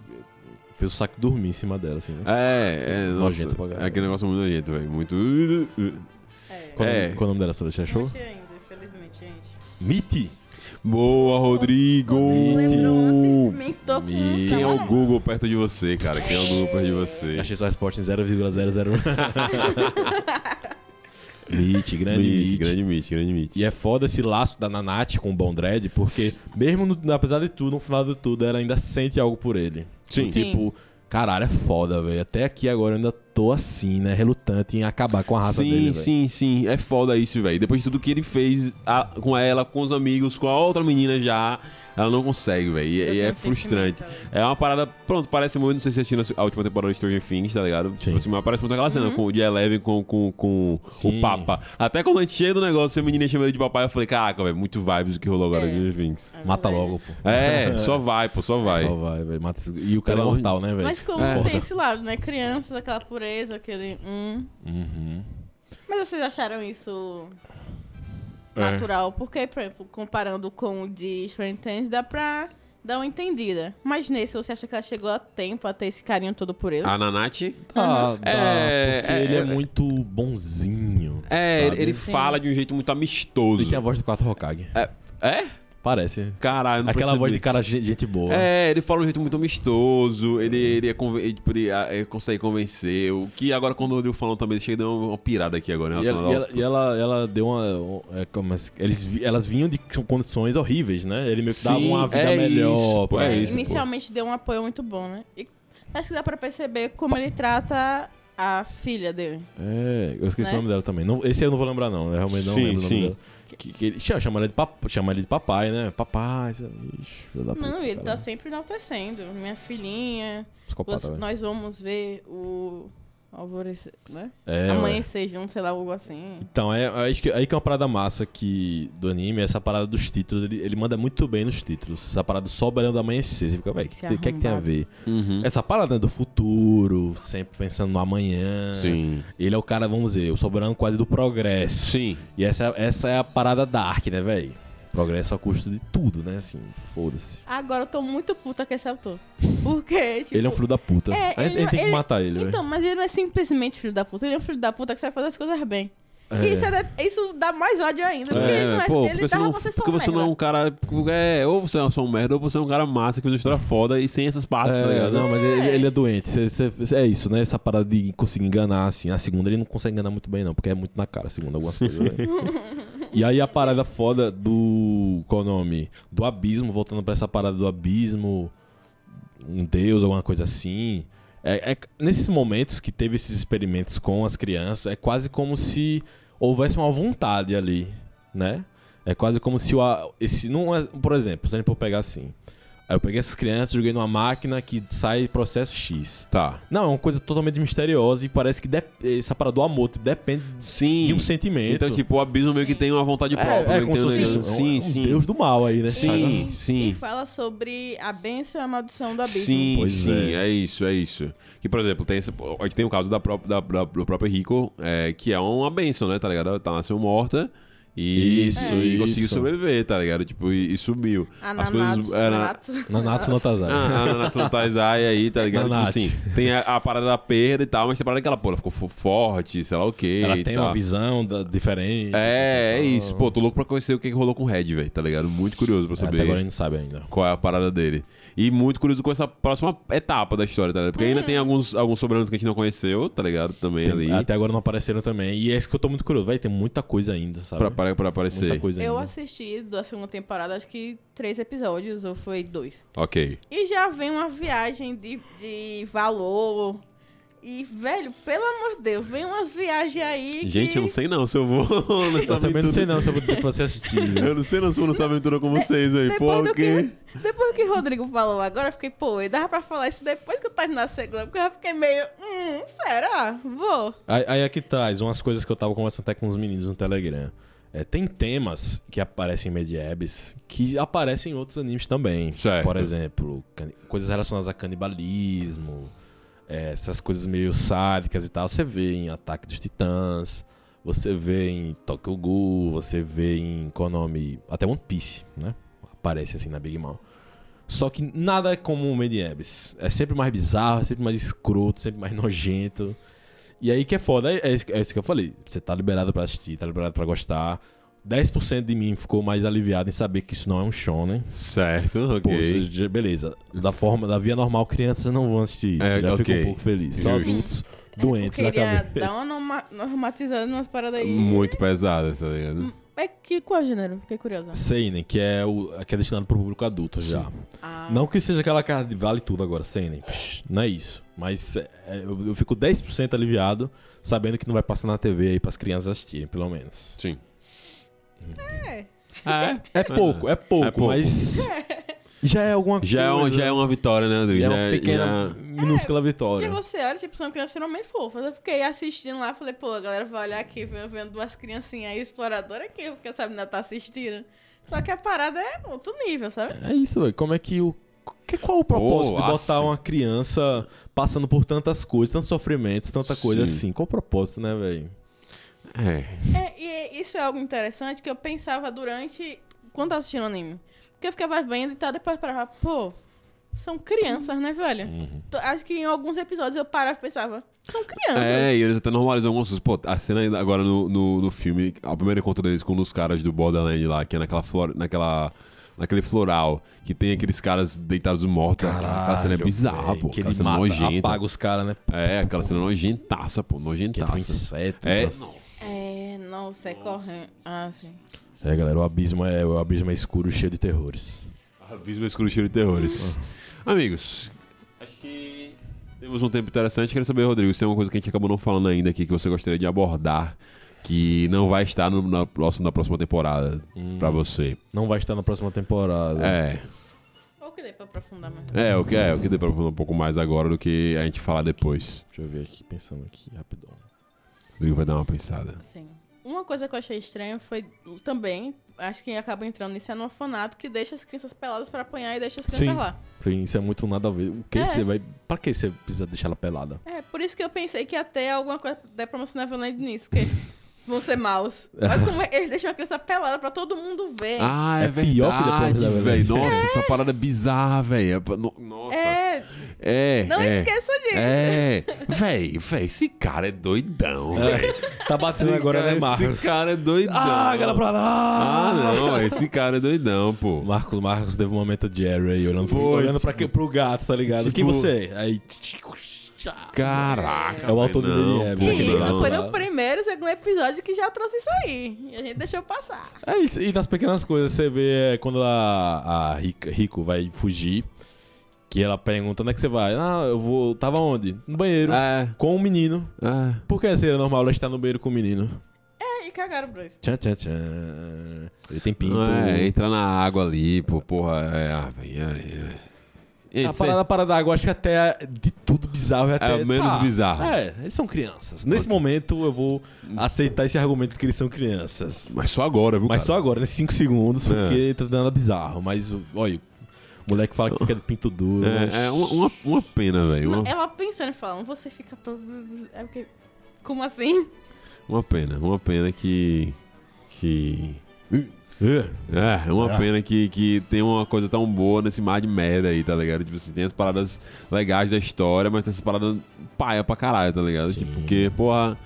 fez o saco dormir em cima dela, assim, né?
É, é, nossa.
Nojento pra caralho.
É aquele negócio muito nojento, velho. Muito.
É.
Qual,
é.
é. qual o nome dela, você já
Não
achou?
achei ainda, infelizmente, gente.
Miti!
Boa, Rodrigo!
Lembrou ontem, mentou com um
Quem é o
salamão.
Google perto de você, cara? Quem é o Google perto de você?
Achei sua resposta em 0,001. Miti, grande
Mitch,
Miti.
grande Mitch, grande Mitch.
E é foda esse laço da Nanate com o Bom Dread, porque mesmo no- apesar de tudo, no final de tudo, ela ainda sente algo por ele.
Sim.
Sim.
Tipo, caralho, é foda, velho. Até aqui agora eu ainda tô assim, né? Relutante em acabar com a raça
sim,
dele, velho.
sim, sim. É foda isso, velho. Depois de tudo que ele fez a- com ela, com os amigos, com a outra menina já, ela não consegue, velho. E,
Eu
e é
tenho sentimento,
frustrante. É uma parada. Pronto, parece muito. Não sei se você assistiu a última temporada de Stranger Things, tá ligado? Tipo assim, mas parece muito aquela
Uhum.
cena com o de Eleven com, com, com o
Sim.
Papa. Até quando a gente chega do negócio, a menina chama ele de papai, eu falei, caraca, velho, muito vibes o que rolou agora
É.
de Stranger Things.
É
Mata
verdade.
logo, pô.
É, só vai, pô, só vai.
Só vai, velho. Mata esse- E o cara é
Pelo amor de-
mortal, né, velho?
Mas como
É.
tem esse lado, né? Crianças, aquela pureza, aquele. Hum.
Uhum.
Mas vocês acharam isso natural. Porque, por exemplo, comparando com o de Stranger Things, dá pra dar uma entendida. Mas nesse, você acha que ela chegou a tempo a ter esse carinho todo por ele?
Ah,
A Nanate?
Tá, dá,
É,
porque
é,
ele é,
é.
muito bonzinho.
É,
sabe?
ele, ele fala de um jeito muito
Ele
amistoso.
tem a voz do 4 Hokage.
É? é?
Parece.
Caralho, não
Aquela
percebi.
voz de cara gente, gente boa.
É, ele fala de um jeito muito amistoso, ele, ele, é conven- ele, tipo, ele, ah, é, consegue convencer. O que agora, quando o Rodrigo falou também, chega a dar uma, uma pirada aqui agora, né?
E ela, e ela- e ela- ela deu uma. um- é, como assim, eles, vi- elas vinham de condições horríveis, né? Ele meio que dava
Sim,
uma vida
é
melhor.
isso, pô,
pra
é
ela.
isso, pô.
Inicialmente deu um apoio muito bom, né? E acho que dá pra perceber como ele trata a filha dele.
É, eu esqueci
Né?
o nome dela também. Não, esse eu não vou lembrar, não. Eu realmente não
Sim,
lembro
sim.
o nome dela. Que, que ele, chama, chama ele de pap, chama ele de papai, né? Papai, isso- ixi, filho da puta,
Não, e ele tá
cara.
sempre enaltecendo. Minha filhinha,
Psicopata, né?
você-
velho.
nós vamos ver o alvorecer, né?
É, ué.
Amanhecer junto, sei lá, algo assim.
Então, é, é isso que- aí que é uma parada massa que, do anime, essa parada dos títulos, ele, ele manda muito bem nos títulos. Essa parada soberano do amanhecer. Você fica, velho, o
Esse
que, que é que tem a
arrombado.
ver?
É.
Essa parada né, do futuro, sempre pensando no amanhã.
Sim.
Ele é o cara, vamos dizer, o soberano quase do progresso.
Sim.
E essa, essa é a parada dark, né, velho? Progresso a custo de tudo, né? Assim, foda-se.
Agora eu tô muito puta com esse autor. Porque, tipo.
ele é um filho da puta.
é,
a gente,
ele
a gente
não-
tem que
ele-
matar ele, velho.
Então, mas ele não é simplesmente filho da puta, ele é um filho da puta que sabe fazer as coisas bem.
É.
E isso, é da- isso dá mais ódio ainda, porque ele não é.
pô,
ele
porque, você
dava
não,
pra ser só
porque você não é
merda.
um cara. É, ou você é só um merda, ou você é um cara massa que fez uma história foda e sem essas partes, tá
É,
ligado?
não, mas ele, ele é doente. Cê- cê- cê- é isso, né? Essa parada de conseguir enganar, assim. A segunda ele não consegue enganar muito bem, não, porque é muito na cara, segundo algumas coisas. né? e aí a parada foda do. Qual o nome? Do abismo, voltando pra essa parada do abismo. Um deus, alguma coisa assim. É, é- nesses momentos que teve esses experimentos com as crianças, é quase como se houvesse uma vontade ali, né? É quase como se o. a- Esse, não é, por exemplo, se a gente for pegar assim. Aí eu peguei essas crianças, joguei numa máquina que sai processo X.
Tá.
Não, é uma coisa totalmente misteriosa e parece que dep- essa parada do amor tipo, depende
Sim.
de um sentimento.
Então, tipo, o abismo meio que tem uma vontade
é,
própria.
é
meio que
como
tem
se
um
fosse
negócio-
isso,
sim, sim.
um, um deus do mal aí, né?
Sim,
E
sim.
fala sobre a bênção e a maldição do abismo.
Sim,
Pois
sim, é. isso, é isso. Que, por exemplo, tem esse, a gente tem o caso da própria, da, da- do próprio Rico, é, que é uma benção, né, tá ligado? Ela tá nasceu morta e,
Isso,
e
isso.
conseguiu sobreviver, tá ligado? Tipo, e, e subiu.
A
As coisas.
Nanato.
é, na-
Nanato.
Nanatsu no Taizai.
Ah, a Nanatsu no Taizai aí, tá ligado? Tipo
Nanatsu.
assim, tem a, a parada da perda e tal, mas tem a parada que ela, pô, ela ficou fo- forte, sei lá o quê.
Ela
e
tem
tal.
uma visão da- diferente.
É, é isso. Pô, tô louco pra conhecer o que, que rolou com o Red, velho, tá ligado? Muito curioso pra
É, até
saber
agora a gente não sabe ainda.
qual é a parada dele. E muito curioso com essa próxima etapa da história, tá ligado? Porque ainda tem alguns, alguns sobranos que a gente não conheceu, tá ligado? Também ali.
Até agora não apareceram também. E é isso que eu tô muito curioso. Vai ter muita coisa ainda, sabe?
Pra, pra, pra aparecer.
muita coisa
Eu
ainda.
assisti da segunda temporada, acho que três episódios, ou foi dois.
Ok.
E já vem uma viagem de, de valor. E, velho, pelo amor de Deus, vem umas viagens aí.
Gente,
que...
eu não sei não se eu vou nessa
Eu
aventura.
também não sei não se eu vou dizer pra você assistir.
Eu não sei não se eu vou nessa aventura com vocês aí. Pô,
Depois do,
ok.
que, depois do que o Rodrigo falou agora, eu fiquei, pô, e dava pra falar isso depois que eu terminar a segunda, porque eu já fiquei meio, hum, será? Vou.
Aí, aí aqui traz umas coisas que eu tava conversando até com os meninos no Telegram. É, tem temas que aparecem em Mediebs que aparecem em outros animes também.
Certo.
Por exemplo, cani- coisas relacionadas a canibalismo, é, essas coisas meio sádicas e tal. Você vê em Ataque dos Titãs, você vê em Tokyo Ghoul, você vê em qual é o nome? Até One Piece, né? Aparece assim na Big Mom. Só que nada é como o Mediebs. É sempre mais bizarro, é sempre mais escroto, sempre mais nojento. E aí que é foda, é, é isso, é isso que eu falei. Você tá liberado pra assistir, tá liberado pra gostar. 10% de mim ficou mais aliviado em saber que isso não é um shonen.
Certo,
Pô,
ok.
isso já- beleza. Da forma, da via normal, crianças não vão assistir isso.
É,
já
ok.
fico um pouco feliz. Só
Justo.
adultos doentes
eu
na
queria
cabeça.
dar uma norma- normatizando umas paradas aí.
Muito pesada, tá ligado?
É que qual gênero? Fiquei curiosa.
Seinen, que é, o, que é destinado pro público adulto já.
Ah,
Não que seja aquela cara de vale tudo agora, Seinen. Psh, Não é isso. Mas é, é, eu, eu fico 10% aliviado sabendo que não vai passar na TV aí pras crianças assistirem, pelo menos.
Sim.
é.
É.
É pouco, é pouco,
É pouco.
mas. Já é alguma
Já é, uma,
coisa.
já é uma vitória, né, Rodrigo?
Já é
Já
uma
é-
pequena,
já-
minúscula
Porque
vitória.
você olha, tipo, são crianças extremamente fofas. Eu fiquei assistindo lá, falei, pô, a galera vai olhar aqui, vendo, vendo duas criancinhas aí, exploradoras aqui, porque essa menina tá assistindo. Só que a parada é outro nível, sabe?
É isso, velho. Como é que o. Que, qual o propósito
Pô,
de botar
assim.
uma criança passando por tantas coisas, tantos sofrimentos, tanta coisa
Sim.
assim? Qual o propósito, né, velho?
É.
É, e isso é algo interessante que eu pensava durante. Quando tava assistindo anime. Porque eu ficava vendo e tal, depois parava, pô, são crianças, né, velho? Tô- Acho que em alguns episódios eu parava e pensava, são crianças.
É, e eles até normalizam algumas coisas. Pô, a cena ainda agora no, no, no filme, a primeira encontro deles com um dos caras do Borderland lá, que é naquela flor, naquela, naquele floral, que tem aqueles caras deitados mortos. aquela cena é bizarra,
velho,
pô.
Que
aquela
ele
cena é
mata,
nojenta.
apaga os caras, né?
É, aquela cena nojentaça, pô,
Que entra um
nojentaça.
inseto.
É,
nossa.
É, nossa, é correndo. Ah, sim.
É, galera, o abismo é, o abismo é escuro, cheio de terrores.
Abismo escuro cheiro de terrores. Amigos, acho que temos um tempo interessante. Quero saber, Rodrigo, se tem uma coisa que a gente acabou não falando ainda aqui que você gostaria de abordar, que não vai estar no, na, próxima, na próxima temporada pra você.
Não vai estar na próxima temporada.
É,
Ou que dei pra aprofundar mais.
é o que é, o que deu pra falar um pouco mais agora do que a gente falar depois.
Deixa eu ver aqui, pensando aqui, rapidão.
O Rodrigo vai dar uma pensada.
Sim. Uma coisa que eu achei estranha foi também, acho que acaba entrando nisso, é no orfanato que deixa as crianças peladas pra apanhar e deixa as crianças
Sim.
lá.
Sim, isso é muito nada a ver. O que
É.
você vai. Pra que você precisa deixar ela pelada?
É, por isso que eu pensei que até alguma coisa der pra mencionar violento nisso, porque vão ser maus. Mas como é- eles deixam a criança pelada pra todo mundo ver.
Ah, é,
É pior que depois
verdade,
da
velho.
verdade.
Nossa, essa parada é bizarra, velho. É- no- Nossa.
é,
É,
não
é.
esqueça disso.
É, véi, véi, esse cara é doidão, véi.
Tá batendo agora,
cara,
né, Marcos?
Esse cara é doidão.
Ah, galera pra
Ah,
lá!
não, esse cara é doidão, pô.
Marcos, Marcos teve um momento de Jerry aí, olhando, pro,
Foi,
olhando pra,
tipo-
que- pro gato, tá ligado?
tipo-
Quem você é? Aí.
Caraca.
É o autor do
véi, não,
Daniel,
pô,
E
né?
não.
isso
Não,
foi
não.
no primeiro, segundo episódio que já trouxe isso aí. E a gente deixou passar.
É isso. E nas pequenas coisas, você vê é, quando a, a Rica- Rico vai fugir, que ela pergunta onde é que você vai. Ah, eu vou. Tava onde? No banheiro.
É,
Com o menino.
é.
Por que seria normal ela estar no banheiro com o menino?
É, e cagaram pra isso.
Tchan, tchan, tchan. Ele tem pinto.
É, entra na água ali, pô, porra. É, ah, véi, é, é.
A
Gente, cê-
parada, a parada da água, acho que até de tudo bizarro é até.
o menos bizarro.
É, eles são crianças. Nesse momento eu vou aceitar esse argumento de que eles são crianças.
Mas só agora, viu,
Mas só
cara?
agora, nesses 5 segundos,
É.
porque tá dando bizarro. Mas, olha, o moleque fala que fica de pinto duro. mas-
É, é uma, uma- uma pena, velho. Uma,
Ela pensando e falando, você fica todo. É porque. Como assim?
uma pena, uma pena que. Que.
É.
É, é uma pena que, que tem uma coisa tão boa nesse mar de merda aí, tá ligado? Tipo assim, tem as paradas legais da história, mas tem essas paradas paia pra caralho, tá ligado?
Sim.
Tipo, porque, porra,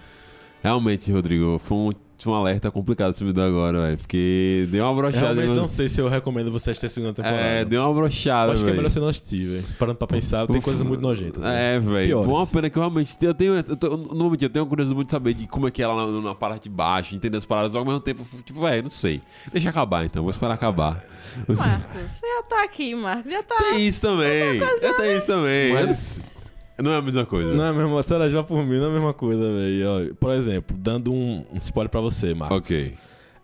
realmente, Rodrigo, foi um, foi um alerta complicado você me deu agora, velho. Porque deu uma brochada.
Realmente não sei se eu recomendo você assistir a segunda temporada.
É, deu uma
Eu
brochada,
Acho que é
velho.
melhor você não assistir, velho. Parando pra pensar, tem
Uf,
coisas muito nojentas. né?
É, velho.
Piores.
Uma pena que eu realmente. Eu tenho. Eu tô- eu não vou mentir, eu tenho uma curiosidade muito de saber de como é que é lá na, na parte de baixo, entender as paradas, só que ao mesmo tempo, tipo, velho, não sei. Deixa acabar então, vou esperar acabar.
Marcos, você já tá aqui, Marcos. Já tá.
Tem isso também. Eu
né?
tenho isso também.
Mas-
Eu Não é a mesma coisa.
Não é a mesma, se ela já por mim, não é a mesma coisa, velho. Ó, Por exemplo, dando um, um spoiler pra você, Marcos.
Ok.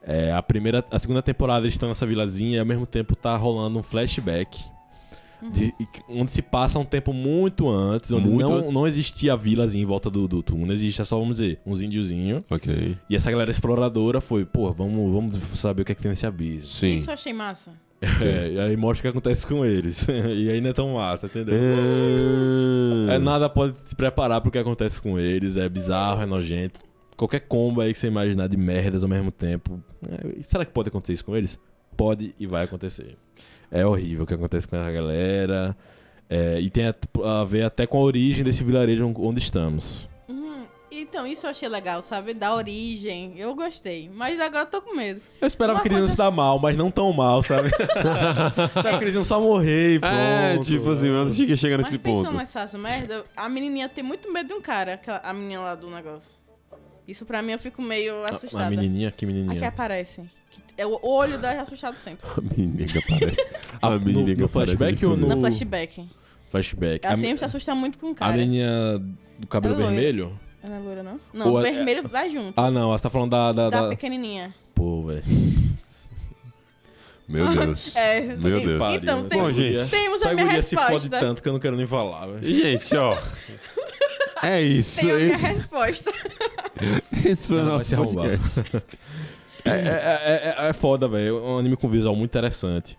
É, a primeira, a segunda temporada eles estão nessa vilazinha e ao mesmo tempo tá rolando um flashback. de- onde se passa um tempo muito antes, onde
Muito
não,
antes.
não existia a vilazinha em volta do, do túmulo, existia só, vamos dizer, uns índiozinhos.
Ok.
E essa galera exploradora foi, pô, vamos, vamos saber o que é que tem nesse abismo.
Sim.
Isso eu achei massa.
É, e aí mostra o que acontece com eles. e aí não é tão massa, entendeu?
Ah.
É, nada pode te preparar pro que acontece com eles. É bizarro, é nojento. Qualquer combo aí que você imaginar de merdas ao mesmo tempo. é, será que pode acontecer isso com eles? Pode e vai acontecer. É horrível o que acontece com essa galera. É, e tem a, a ver até com a origem desse vilarejo onde estamos.
Uhum. Então, isso eu achei legal, sabe? Da origem. Eu gostei. Mas agora eu tô com medo.
Eu esperava
Uma
que eles iam
coisa-
se dar mal, mas não tão mal, sabe? Achava que eles iam só morrer e pronto.
É, tipo
Tá
assim, eu não cheguei a chegar
Mas
nesse
pensando
ponto.
nessas merda, a menininha tem muito medo de um cara, aquela- a menina lá do negócio. Isso pra mim eu fico meio assustada.
A Ah, menininha, que
A que
menininha.
aparece. Que É o olho da assustado sempre.
A menina que aparece. A
No-
menina que
no
aparece.
flashback
de
ou
fundo.
Na
O-
flashback.
Flashback.
Ela
A me-
sempre se assusta muito com o
a
cara.
menininha do cabelo
Ela é loira.
vermelho?
Ela não é loira, não? Não,
Ou
o
a-
vermelho vai junto.
Ah, não, você tá falando da. da,
da,
da-
pequenininha.
Pô, velho.
Meu Deus.
É.
Meu Deus.
Então,
Pariu,
tem-
Bom,
essa
gente.
guria-
temos a
essa
minha
guria se fode
resposta.
tanto que eu não quero nem falar, velho.
Gente, ó. É isso.
tem a minha
hein?
resposta.
Esse foi o
Ela vai
nosso
se arrombar.
podcast.
É, é, é, é- é foda, velho. É um anime com visual muito interessante.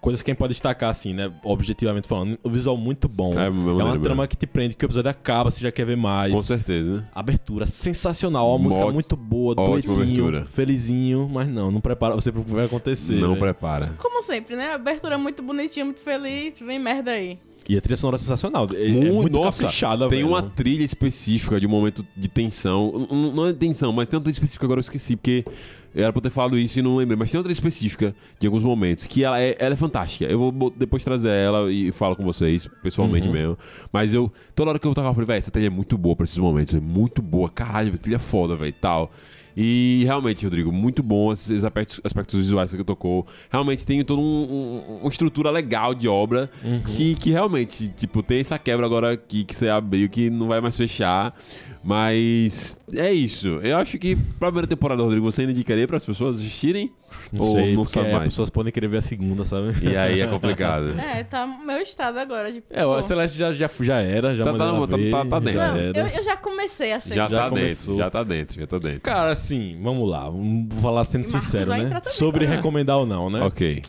coisas que a gente pode destacar, assim, né? Objetivamente falando. O visual muito bom.
É,
É,
maneiro,
uma
maneiro.
trama que te prende, que o episódio acaba, você já quer ver mais.
Com certeza, né?
Abertura sensacional, uma música
Ótimo-
muito boa,
ótima
doidinho,
abertura.
felizinho, mas não, não prepara você pro que vai acontecer.
Não
né?
prepara.
Como sempre, né? Abertura muito bonitinha, muito feliz. Vem merda aí.
E a trilha sonora é sensacional. É, é
Mu-
muito
Nossa,
caprichada,
tem
velho.
uma trilha específica de um momento de tensão. N- n- Não é tensão, mas tem uma trilha específica agora eu esqueci, porque era pra eu ter falado isso e não lembrei. Mas tem uma trilha específica de alguns momentos, que ela é, ela é fantástica. Eu vou bo- depois trazer ela e falo com vocês,
Uhum.
pessoalmente mesmo. Mas eu, toda hora que eu tava, eu falei, velho, essa trilha é muito boa pra esses momentos. É muito boa. Caralho, velho, trilha é foda, velho, e tal. E realmente, Rodrigo, muito bom esses aspectos, aspectos visuais que você tocou. Realmente tem toda um- um- uma estrutura legal de obra
Uhum.
que, que realmente, tipo, tem essa quebra agora aqui que você abriu que não vai mais fechar. Mas é isso. Eu acho que pra primeira temporada, Rodrigo, você ainda indicaria para as pessoas assistirem?
Não
ou
sei,
não
porque
sabe
é,
mais?
As pessoas podem querer ver a segunda, sabe?
E aí é complicado.
É, tá meu estado agora. Tipo,
É,
pô.
o Celeste já, já, já era, já
Só
mandei
tá
ela
no- tá-
ver,
tá- tá dentro.
já
Não,
era.
eu, eu já comecei assim. a ser.
já,
Já
tá
começou.
dentro, já tá dentro, já tá dentro.
Cara, assim, vamos lá, vamos falar sendo
E Marcos
sincero,
vai
né?
entrar também, Uhum.
Sobre
claro.
recomendar ou não, né?
Ok.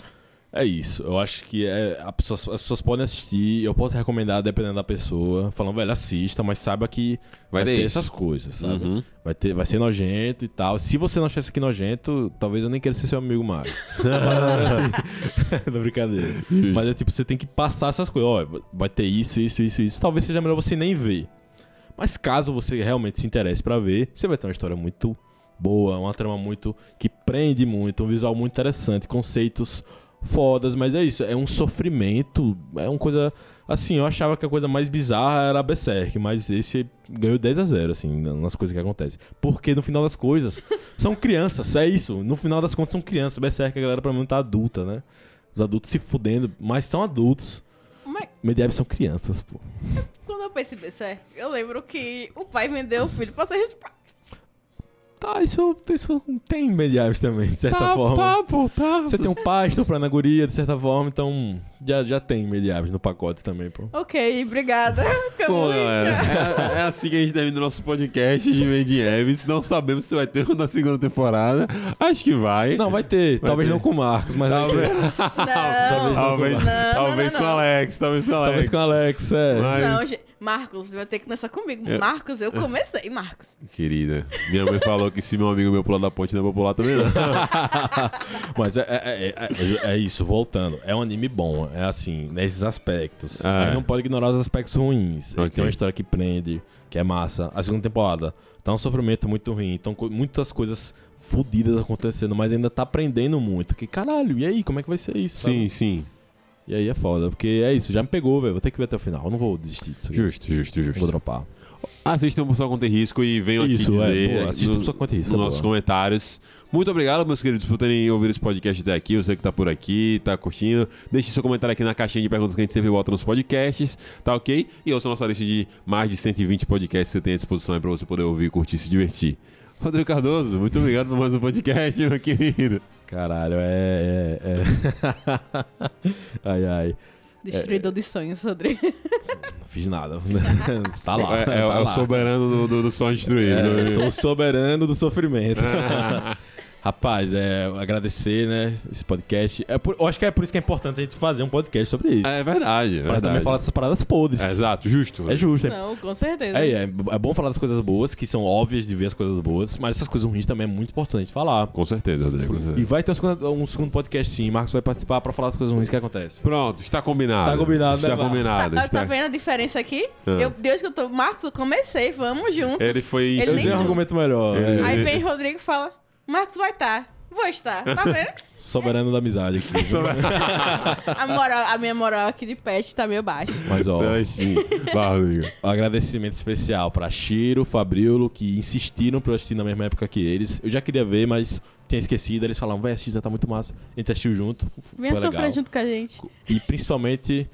É isso. Eu acho que é, a pessoa- as pessoas podem assistir. Eu posso recomendar, dependendo da pessoa. Falando, velho, assista, mas saiba que
Vai
vai,
ter
ter
isso.
essas coisas, sabe?
Uhum.
Vai, ter, vai ser nojento e tal. Se você não achar isso aqui nojento, talvez eu nem queira ser seu amigo mais. Não, brincadeira. Mas é tipo, você tem que passar essas coisas. Ó, vai ter isso, isso, isso, isso. Talvez seja melhor você nem ver. Mas caso você realmente se interesse pra ver, você vai ter uma história muito boa, uma trama muito que prende muito, um visual muito interessante, conceitos fodas, mas é isso, é um sofrimento, é uma coisa assim, eu achava que a coisa mais bizarra era a Berserk, mas esse ganhou 10 a 0 assim, nas coisas que acontecem. Porque no final das coisas são crianças, é isso, no final das contas são crianças. Berserk a galera pra mim tá adulta, né? Os adultos se fudendo, mas são adultos.
Mas
Medieval são crianças, pô.
quando eu percebi isso, é, eu lembro que o pai vendeu o filho pra ser estuprado.
Tá, isso, isso tem medievais também, de certa forma.
pô, tá.
Você tem um pasto pra na guria, de certa forma, então já, já tem mediáveis no pacote também, pô.
Ok, obrigada.
Bom,
Ficamos
galera, é, é assim que a gente termina o nosso podcast de Made in Abyss. Não sabemos se vai ter um na segunda temporada. Acho que vai.
Não, vai ter.
Vai
talvez
ter.
não com o Marcos, mas vai
Talvez,
ter.
Não,
talvez,
não, não,
talvez
não,
com
não.
Alex, talvez com Alex.
talvez com o Alex, é.
Mas-
Não, gente, Marcos, vai ter que começar comigo.
É.
Marcos, eu comecei, Marcos.
Querida, minha mãe falou que se meu amigo meu pular da ponte, não é pra pular também não.
Mas é, é- é- é- é isso, voltando. É um anime bom, é assim, nesses aspectos.
Ah,
A gente
é.
não pode ignorar os aspectos ruins. Ele
Ok.
Tem uma história que prende, que é massa. A segunda temporada tá um sofrimento muito ruim, então co- muitas coisas fodidas acontecendo, mas ainda tá prendendo muito. Que caralho, e aí, como é que vai ser isso?
Sim,
sabe?
sim.
E aí é foda, porque é isso, já me pegou, velho. Vou ter que ver até o final. Eu não vou desistir disso. aqui.
Justo, justo,
Vou
justo.
dropar.
Assistam o Pessoal Contra Risco e venham
Isso,
aqui
é,
dizer
boa. Assistam
no-
o Pessoal Contra Risco,
nos
é
nossos
boa.
comentários. Muito obrigado, meus queridos, por terem ouvido esse podcast até aqui. Você que tá por aqui, tá curtindo. Deixe seu comentário aqui na caixinha de perguntas que a gente sempre bota nos podcasts, tá ok? E ouça a nossa lista de mais de 120 podcasts que você tem à disposição aí pra você poder ouvir, curtir e se divertir. Rodrigo Cardoso, muito obrigado por mais um podcast, meu querido.
Caralho, é. é, é. ai, ai.
Destruidor de sonhos, Rodrigo.
Não fiz nada. tá lá.
é, é-
tá
é
lá.
o soberano do, do, do som destruído.
É,
né?
sou o soberano do sofrimento. Rapaz, é agradecer, né? Esse podcast. É por- eu acho que é por isso que é importante a gente fazer um podcast sobre isso.
É verdade, é
pra também
verdade.
falar dessas paradas podres.
É, Exato, justo.
É justo, é
Não, com certeza. Ah,
É, é, é bom falar das coisas boas, que são óbvias de ver as coisas boas, mas essas coisas ruins também é muito importante falar.
Com certeza, Rodrigo. com certeza.
E vai ter um segundo, um segundo podcast sim, Marcos vai participar pra falar das coisas ruins que acontecem.
Pronto, está combinado.
Tá combinado, né,
Está
Marcos?
combinado.
Tá,
está-
tá vendo a diferença aqui?
Ah.
Eu, Deus que eu tô. Marcos, eu comecei, vamos juntos.
Ele foi.
Ele
Eu
nem
tenho um
viu.
argumento melhor.
Ele-
é,
Aí vem Rodrigo e fala: Marcos vai estar. Vou estar, tá vendo?
soberano da amizade aqui. viu?
A, moral, a minha moral aqui de pet tá meio baixa.
Mas ó,
Celestinho. Vai, Rodrigo.
um agradecimento especial pra Chiro, Fabriolo, que insistiram pra eu assistir na mesma época que eles. Eu já queria ver, mas tinha esquecido. Eles falaram, vai assistir, tá muito massa. A gente assistiu junto.
Venha
foi legal.
sofrer junto com a gente.
E principalmente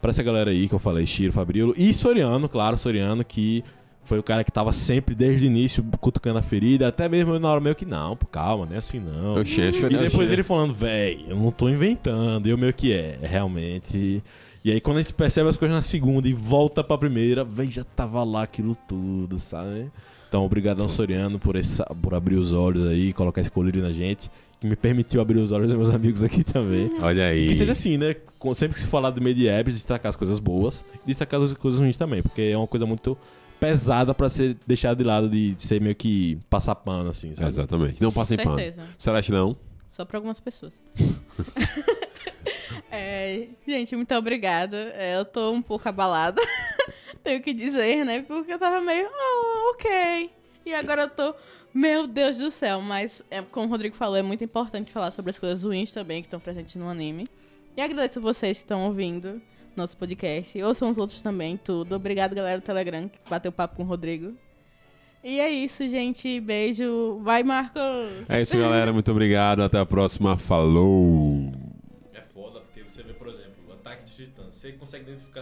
pra essa galera aí que eu falei, Chiro, Fabriolo e Soriano, claro, Soriano, que foi o cara que tava sempre desde o início cutucando a ferida, até mesmo eu na hora meio que não, pô, calma, não é assim não.
Eu che- eu
E
che-
depois ele falando, véi, eu não tô inventando, eu meio que é, realmente. E aí quando a gente percebe as coisas na segunda e volta pra primeira, véi, já tava lá aquilo tudo, sabe? Então, obrigadão, Soriano, por, essa, por abrir os olhos aí, colocar esse colírio na gente. que me permitiu abrir os olhos dos meus amigos aqui também.
Olha aí.
Que seja assim, né? Com- Sempre que se falar do Medieves, destacar as coisas boas e destacar as coisas ruins também, porque é uma coisa muito pesada pra ser deixada de lado, de ser meio que passar pano, assim, sabe?
Exatamente. Não passem pano.
Certeza.
Celeste não.
Só para algumas pessoas. É, gente, muito obrigada. É, eu tô um pouco abalada, tenho que dizer, né? Porque eu tava meio, ah, ok. E agora eu tô, meu Deus do céu. Mas, é, como o Rodrigo falou, é muito importante falar sobre as coisas ruins também que estão presentes no anime. E agradeço vocês que estão ouvindo nosso podcast. Ouçam os outros também, tudo. Obrigado, galera do Telegram, que bateu papo com o Rodrigo. E é isso, gente. Beijo. Vai, Marcos!
É isso, galera. Muito obrigado. Até a próxima. Falou.
É foda, porque você vê, por exemplo, o ataque dos titãs, você consegue identificar